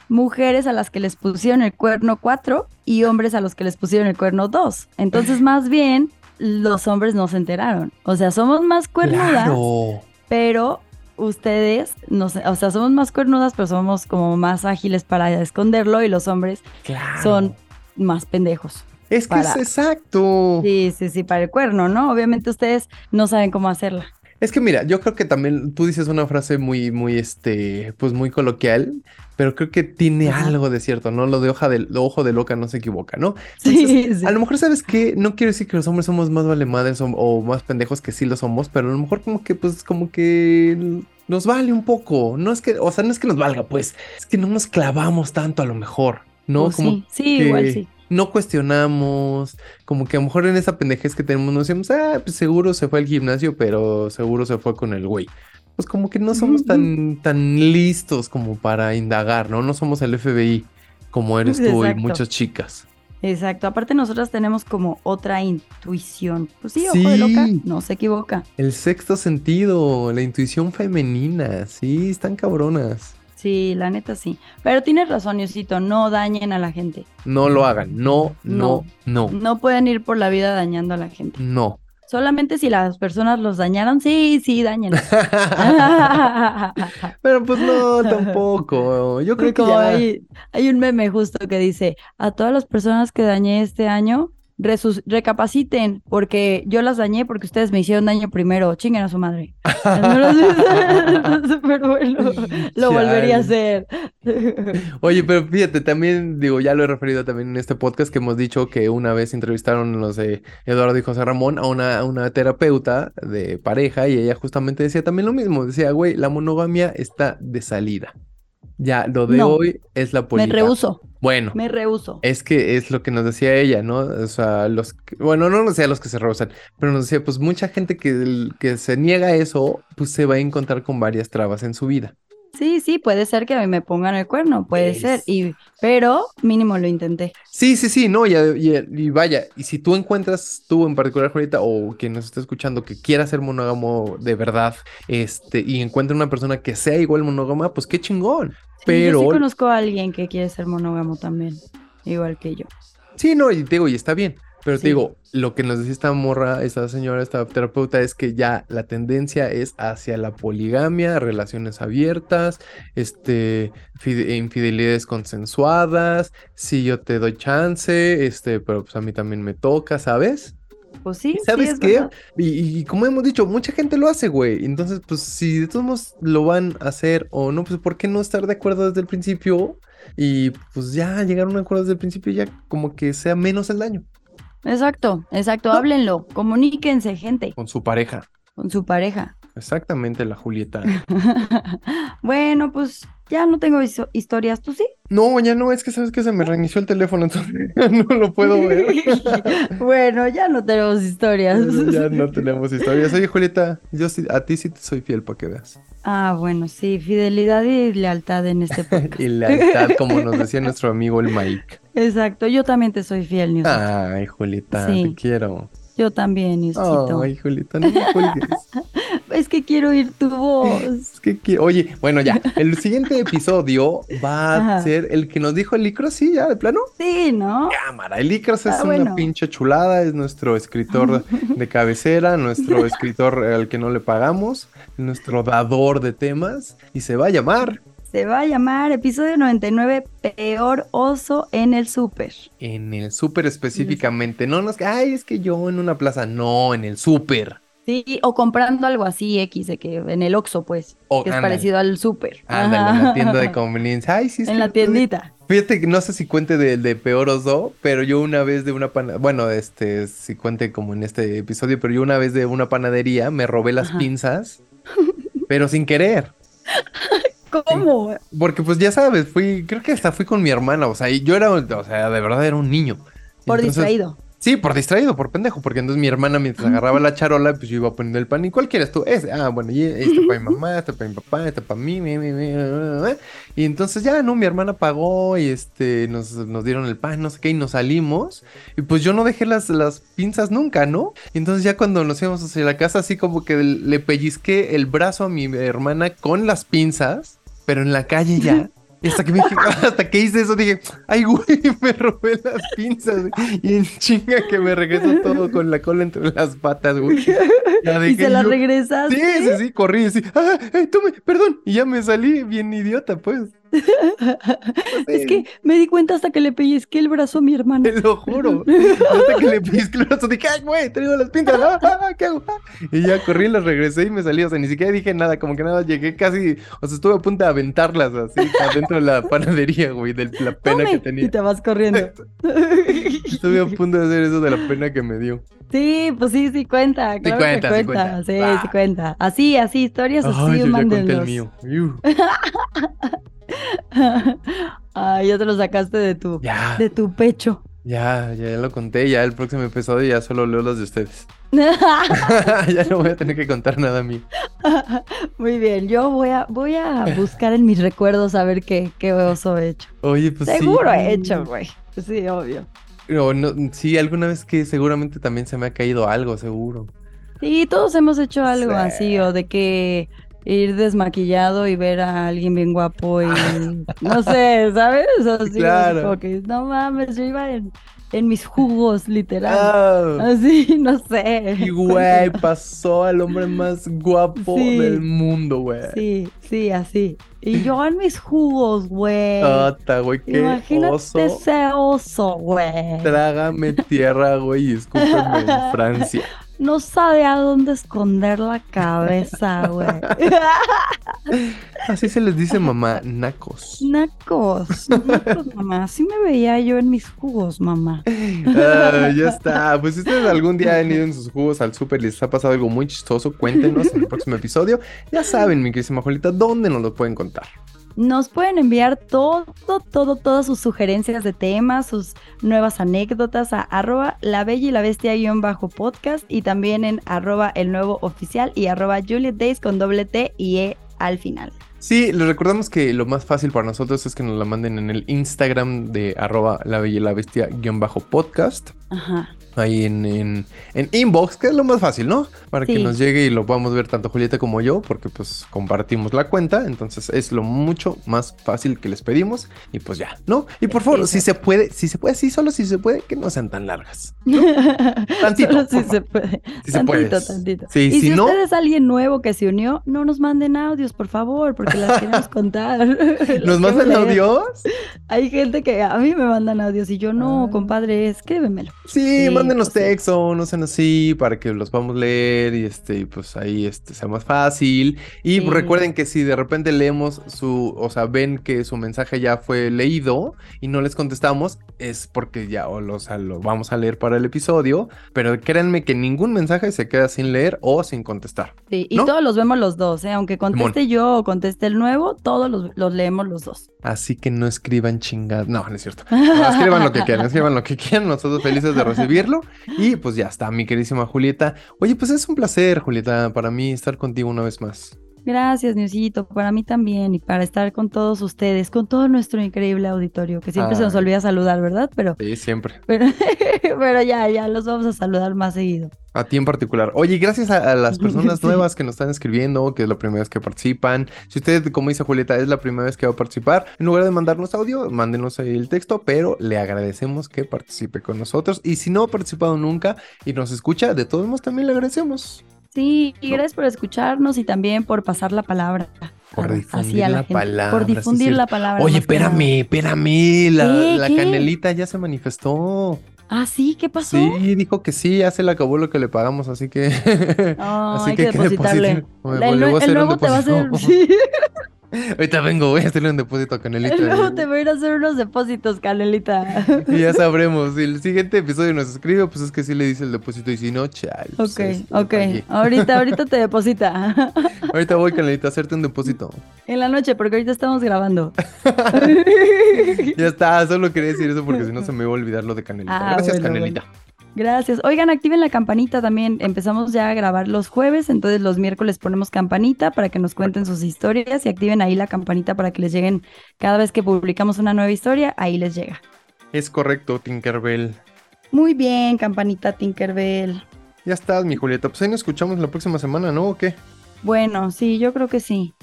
S1: Mujeres a las que les pusieron el cuerno 4 y hombres a los que les pusieron el cuerno 2. Entonces, más bien, los hombres no se enteraron. O sea, somos más cuernudas,
S2: Claro.
S1: pero ustedes, no sé, o sea, somos más cuernudas, pero somos como más ágiles para esconderlo y los hombres
S2: Claro.
S1: son más pendejos.
S2: Es que
S1: para-
S2: es exacto.
S1: Sí, sí, sí, para el cuerno, ¿no? Obviamente ustedes no saben cómo hacerla.
S2: Es que mira, yo creo que también tú dices una frase muy, muy, este, pues muy coloquial, pero creo que tiene
S1: Ajá.
S2: algo de cierto, ¿no? Lo de hoja de lo ojo de loca no se equivoca, ¿no?
S1: Sí, sí.
S2: A lo mejor sabes que no quiero decir que los hombres somos más vale madres o, o más pendejos que sí lo somos, pero a lo mejor como que, pues, como que nos vale un poco. No es que, o sea, no es que nos valga, pues, es que no nos clavamos tanto a lo mejor, ¿no?
S1: Pues
S2: como
S1: sí, sí, igual
S2: que-
S1: sí.
S2: no cuestionamos, como que a lo mejor en esa pendejez que tenemos nos decimos, ah, pues seguro se fue al gimnasio, pero seguro se fue con el güey. Pues como que no somos
S1: Ujú.
S2: tan, tan listos como para indagar, ¿no? No somos el FBI como eres tú y
S1: Exacto.
S2: muchas chicas.
S1: Exacto, aparte nosotras tenemos como otra intuición. Pues sí, ojo de loca,
S2: Sí.
S1: no se equivoca.
S2: El sexto sentido, la intuición femenina, sí, están cabronas.
S1: Sí, la neta sí. Pero tienes razón, Diosito, no dañen a la gente.
S2: No lo hagan, no, no, no,
S1: No pueden ir por la vida dañando a la gente.
S2: no.
S1: Solamente si las personas los dañaron, sí, sí, dañenlos.
S2: pero pues no, tampoco. Yo creo que
S1: Como
S2: ya...
S1: hay, hay un meme justo que dice, a todas las personas que dañé este año, resus- recapaciten, porque yo las dañé porque ustedes me hicieron daño primero, chinguen a su madre. ¿No lo has visto? Está súper bueno. Lo volvería a hacer.
S2: Chale. Oye, pero fíjate, también digo, ya lo he referido también en este podcast que hemos dicho que una vez entrevistaron los de Eduardo y José Ramón a una, a una terapeuta de pareja y ella justamente decía también lo mismo, decía, güey, la monogamia está de salida. Ya, lo de
S1: No.
S2: hoy es la
S1: me
S2: política.
S1: rehuso,
S2: Bueno,
S1: me rehuso.
S2: es que es lo que nos decía ella, ¿no? O sea, los, que- bueno, no nos decía los que se rehusan, pero nos decía, pues mucha gente que, que se niega a eso, pues se va a encontrar con varias trabas en su vida.
S1: Sí, sí, puede ser que me pongan el cuerno, puede
S2: Es-
S1: ser, y, pero mínimo lo intenté.
S2: Sí, sí, sí, no, y, y- y vaya, y si tú encuentras, tú en particular, Julieta, o quien nos está escuchando que quiera ser monógamo de verdad, este, y encuentra una persona que sea igual monógama, pues qué chingón.
S1: Sí,
S2: Pero,
S1: Yo sí conozco a alguien que quiere ser monógamo también, igual que yo.
S2: sí, no, y te digo, y está bien. Pero te
S1: Sí.
S2: digo, lo que nos decía esta morra, esta señora, esta terapeuta, es que ya la tendencia es hacia la poligamia, relaciones abiertas, este, fide- infidelidades consensuadas, si yo te doy chance, este, pero pues a mí también me toca, ¿sabes?
S1: Pues sí, sí,
S2: ¿Sabes
S1: es
S2: qué?
S1: verdad.
S2: Y, y como hemos dicho, mucha gente lo hace, güey. Entonces, pues si de todos modos lo van a hacer o no, pues ¿por qué no estar de acuerdo desde el principio? Y pues ya llegar a un acuerdo desde el principio ya como que sea menos el daño
S1: Exacto, exacto,
S2: No.
S1: háblenlo, comuníquense, gente,
S2: con su pareja.
S1: con su pareja.
S2: Exactamente, la Julieta.
S1: bueno, pues ya no tengo hiso- historias, ¿tú sí?
S2: No, ya no, es que sabes que se me reinició el teléfono, entonces ya no lo puedo ver.
S1: bueno, ya no tenemos historias.
S2: ya no tenemos historias. Oye, Julieta, yo sí- a ti sí te soy fiel para que veas.
S1: Ah, bueno, sí, fidelidad y lealtad en este podcast.
S2: Y lealtad, como nos decía nuestro amigo el Mike.
S1: Exacto, yo también te soy fiel, Newsito.
S2: Ay, Julieta, te
S1: Sí.
S2: quiero.
S1: Yo también, Newsito.
S2: Ay, Julieta, no me cuelgues.
S1: Es que quiero oír tu voz.
S2: Es que qui- Oye, bueno, ya. El siguiente episodio va a
S1: Ajá.
S2: ser el que nos dijo el Icros, sí, ya, de plano.
S1: Sí, ¿no?
S2: Cámara. El Icros es
S1: Ah,
S2: una
S1: bueno.
S2: pinche chulada, es nuestro escritor de cabecera, nuestro escritor al que no le pagamos, nuestro dador de temas, y se va a llamar
S1: Se va a llamar episodio 99, peor oso en el súper.
S2: en el súper específicamente. No nos, ay, es que yo en una plaza, no, en el súper.
S1: Sí, o comprando algo así, X, de que en el Oxxo, pues,
S2: O-
S1: que es
S2: ándale,
S1: parecido al súper.
S2: Ándale, en la
S1: Ajá.
S2: tienda de conveniencia. Ay, sí, es
S1: En
S2: que
S1: la
S2: el otro día-
S1: tiendita.
S2: Fíjate que no sé si cuente del de peor oso, pero yo una vez de una panadería, bueno, este, si cuente como en este episodio, pero yo una vez de una panadería me robé las
S1: Ajá.
S2: pinzas, pero sin querer.
S1: ¿Cómo?
S2: Porque pues ya sabes, fui, creo que hasta fui con mi hermana, o sea, y yo era, o sea, de verdad era un niño.
S1: Por
S2: Entonces,
S1: distraído.
S2: Sí, por distraído, por pendejo, porque entonces mi hermana mientras agarraba la charola, pues yo iba poniendo el pan. ¿Y cuál quieres tú? Ese. Ah, bueno, y este para mi mamá, este para mi papá, este para mí, mi, mi, mi, mi. Y entonces ya, ¿no? Mi hermana pagó y este, nos, nos dieron el pan, no sé qué, y nos salimos. Y pues yo no dejé las, las pinzas nunca, ¿no? Y entonces ya cuando nos íbamos hacia la casa, así como que le pellizqué el brazo a mi hermana con las pinzas, pero en la calle ya. Y hasta que, me dije- hasta que hice eso dije, ay, güey, me robé las pinzas. güey". Y en chinga que me regresó todo con la cola entre las patas, güey. La
S1: Y
S2: dejé
S1: se la
S2: yo-
S1: regresaste.
S2: Sí, sí, sí, corrí así. Ah, eh, tome, perdón. Y ya me salí bien idiota, pues.
S1: Es que me di cuenta hasta que le pellizqué el brazo a mi hermano.
S2: Te lo juro. Hasta que le pellizqué el brazo, dije, ay, güey, traigo las pinzas. ah, ah, ¿Qué hago? Ah. Y ya corrí, las regresé y me salí. O sea, ni siquiera dije nada, como que nada, llegué casi. O sea, estuve a punto de aventarlas así, adentro de la panadería, güey, de la pena
S1: Tome,
S2: que tenía.
S1: Y te vas corriendo.
S2: Estuve a punto de hacer eso de la pena que me dio.
S1: sí, pues sí, sí cuenta. claro que
S2: cuenta, sí cuenta.
S1: Sí,
S2: Va.
S1: sí cuenta. Así, así, historias
S2: Ay,
S1: así,
S2: yo ya conté el
S1: mándenlos.
S2: mío. Iu.
S1: Ay, ya te lo sacaste de tu,
S2: Ya,
S1: de tu pecho.
S2: ya, ya lo conté. Ya el próximo episodio ya solo leo los de ustedes. ya no voy a tener que contar nada a mí.
S1: Muy bien, yo voy a, voy a buscar en mis recuerdos a ver qué, qué oso he hecho.
S2: Oye, pues sí.
S1: Seguro he hecho, güey. Sí, obvio.
S2: No, no, sí, alguna vez que seguramente también se me ha caído algo, seguro.
S1: Sí, todos hemos hecho algo
S2: Sí.
S1: así, o de que ir desmaquillado y ver a alguien bien guapo y no sé, ¿sabes? Así,
S2: Claro.
S1: como que, no mames, yo iba en, en mis jugos, literal.
S2: Ah,
S1: Así, no sé.
S2: y güey, pasó al hombre más guapo
S1: Sí.
S2: del mundo, güey.
S1: Sí, sí, así. Y yo en mis jugos, güey.
S2: Ota, güey, Ah, qué
S1: Imagínate
S2: oso.
S1: ese oso, güey.
S2: Trágame tierra, güey, y escúpeme en Francia.
S1: No sabe a dónde esconder la cabeza, güey.
S2: Así se les dice mamá, nacos.
S1: Nacos, nacos, mamá. Así me veía yo en mis jugos, mamá.
S2: Ah, ya está. Pues si ustedes algún día han ido en sus jugos al súper y les ha pasado algo muy chistoso, cuéntenos en el próximo episodio. Ya saben, mi querísima Juelita, ¿dónde nos lo pueden contar?
S1: Nos pueden enviar todo, todo, todas sus sugerencias de temas, sus nuevas anécdotas a arroba la bella y la bestia guión bajo podcast y también en arroba el nuevo oficial y arroba Juliet Days con doble T y E al final.
S2: Sí, les recordamos que lo más fácil para nosotros es que nos la manden en el Instagram de arroba la bella y la bestia guión bajo podcast.
S1: Ajá.
S2: Ahí en, en, en inbox, que es lo más fácil, ¿no? Para que
S1: Sí.
S2: nos llegue y lo podamos ver tanto Julieta como yo, porque pues compartimos la cuenta, entonces es lo mucho más fácil que les pedimos y pues ya, ¿no? Y por favor, si se puede, si se puede, sí, solo si se puede, que no sean tan largas. Tantito,
S1: Solo
S2: por
S1: si
S2: favor.
S1: se puede.
S2: Si se puede.
S1: tantito, tantito.
S2: Sí,
S1: y
S2: si
S1: si,
S2: no-
S1: usted es alguien nuevo que se unió, no nos manden audios, por favor, porque las queremos contar. Las
S2: ¿Nos mandan
S1: queremos leer.
S2: audios?
S1: Hay gente que a mí me mandan audios y yo no,
S2: Ah.
S1: compadre, escríbemelo.
S2: Sí,
S1: Sí,
S2: mándenos
S1: pues, sí.
S2: texto, no sean así, para que los podamos leer y este, y, pues ahí este sea más fácil. Y
S1: Sí.
S2: recuerden que si de repente leemos su, o sea, ven que su mensaje ya fue leído y no les contestamos, es porque ya o lo, o sea, lo vamos a leer para el episodio, pero créanme que ningún mensaje se queda sin leer o sin contestar.
S1: Sí, y
S2: ¿No?
S1: todos los vemos los dos, ¿eh? aunque conteste yo o conteste el nuevo, todos los, los leemos los dos.
S2: Así que no escriban chingadas. No, no es cierto. No, escriban lo que quieran, escriban lo que quieran. Nosotros felices de recibirlo. Y pues ya está, mi queridísima Julieta. Oye, pues es un placer, Julieta, para mí estar contigo una vez más.
S1: Gracias, Niusito, para mí también y para estar con todos ustedes, con todo nuestro increíble auditorio, que siempre se nos
S2: Ay.
S1: olvida saludar, ¿verdad? Pero,
S2: Sí, siempre.
S1: pero, pero ya, ya los vamos a saludar más seguido.
S2: A ti en particular. Oye, gracias a, a las personas
S1: Sí.
S2: nuevas que nos están escribiendo, que es la primera vez que participan. Si usted, como dice Julieta, es la primera vez que va a participar, en lugar de mandarnos audio, mándenos ahí el texto, pero le agradecemos que participe con nosotros. Y si no ha participado nunca y nos escucha, de todos modos también le agradecemos.
S1: Sí, y
S2: No.
S1: gracias por escucharnos y también por pasar la palabra.
S2: Por
S1: a- así
S2: difundir
S1: a
S2: la
S1: gente,
S2: palabra,
S1: Por
S2: sí es
S1: difundir
S2: cierto.
S1: la palabra.
S2: Oye,
S1: más que nada.
S2: espérame, espérame, la,
S1: ¿Qué?
S2: la
S1: ¿Qué?
S2: canelita ya se manifestó.
S1: Ah, sí, ¿qué pasó?
S2: Sí, dijo que sí, ya se le acabó lo que le pagamos, así que...
S1: No,
S2: así
S1: hay que
S2: que hay que
S1: depositarle.
S2: depositar- Me-
S1: El,
S2: le voy a
S1: nue- el
S2: hacer pues, un
S1: nuevo te va a hacer.
S2: depósito.
S1: sí.
S2: Ahorita vengo, voy a hacerle un depósito a Canelita.
S1: Luego te voy a ir a hacer unos depósitos, Canelita.
S2: Y ya sabremos. Si el siguiente episodio nos escribe, pues es que sí le dice el depósito y si no, chal. pues,
S1: Ok,
S2: este,
S1: ok.
S2: aquí.
S1: Ahorita, ahorita te deposita.
S2: Ahorita voy, Canelita, a hacerte un depósito.
S1: En la noche, porque ahorita estamos grabando.
S2: Ya está, solo quería decir eso porque si no se me iba a olvidar lo de Canelita.
S1: Ah,
S2: Gracias,
S1: bueno,
S2: Canelita.
S1: Gracias. Oigan, activen la campanita también. Empezamos ya a grabar los jueves, entonces los miércoles ponemos campanita para que nos cuenten sus historias y activen ahí la campanita para que les lleguen cada vez que publicamos una nueva historia, ahí les llega.
S2: Es correcto, Tinkerbell.
S1: Muy bien, campanita Tinkerbell.
S2: Ya estás, mi Julieta. Pues ahí nos escuchamos la próxima semana, ¿no? ¿O qué?
S1: Bueno, sí, yo creo que sí.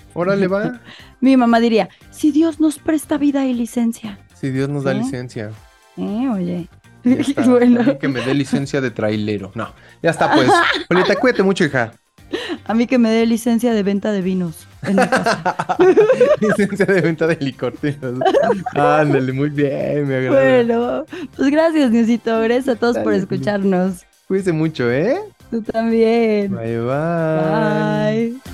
S2: Órale, va.
S1: Mi mamá diría, si Dios nos presta vida y licencia.
S2: Si Dios nos da
S1: ¿No?
S2: licencia.
S1: Eh, oye.
S2: Ya está.
S1: Bueno.
S2: A mí Que me dé licencia de trailero. No, ya está, pues. Julieta, cuídate mucho, hija.
S1: A mí que me dé licencia de venta de vinos. en mi casa.
S2: licencia de venta de licor. tío. Ándale, muy bien, me agrada.
S1: bueno, pues gracias, Niusito. Gracias a todos por
S2: Dale.
S1: escucharnos.
S2: Cuídense mucho, ¿eh?
S1: Tú también.
S2: Bye, bye.
S1: Bye.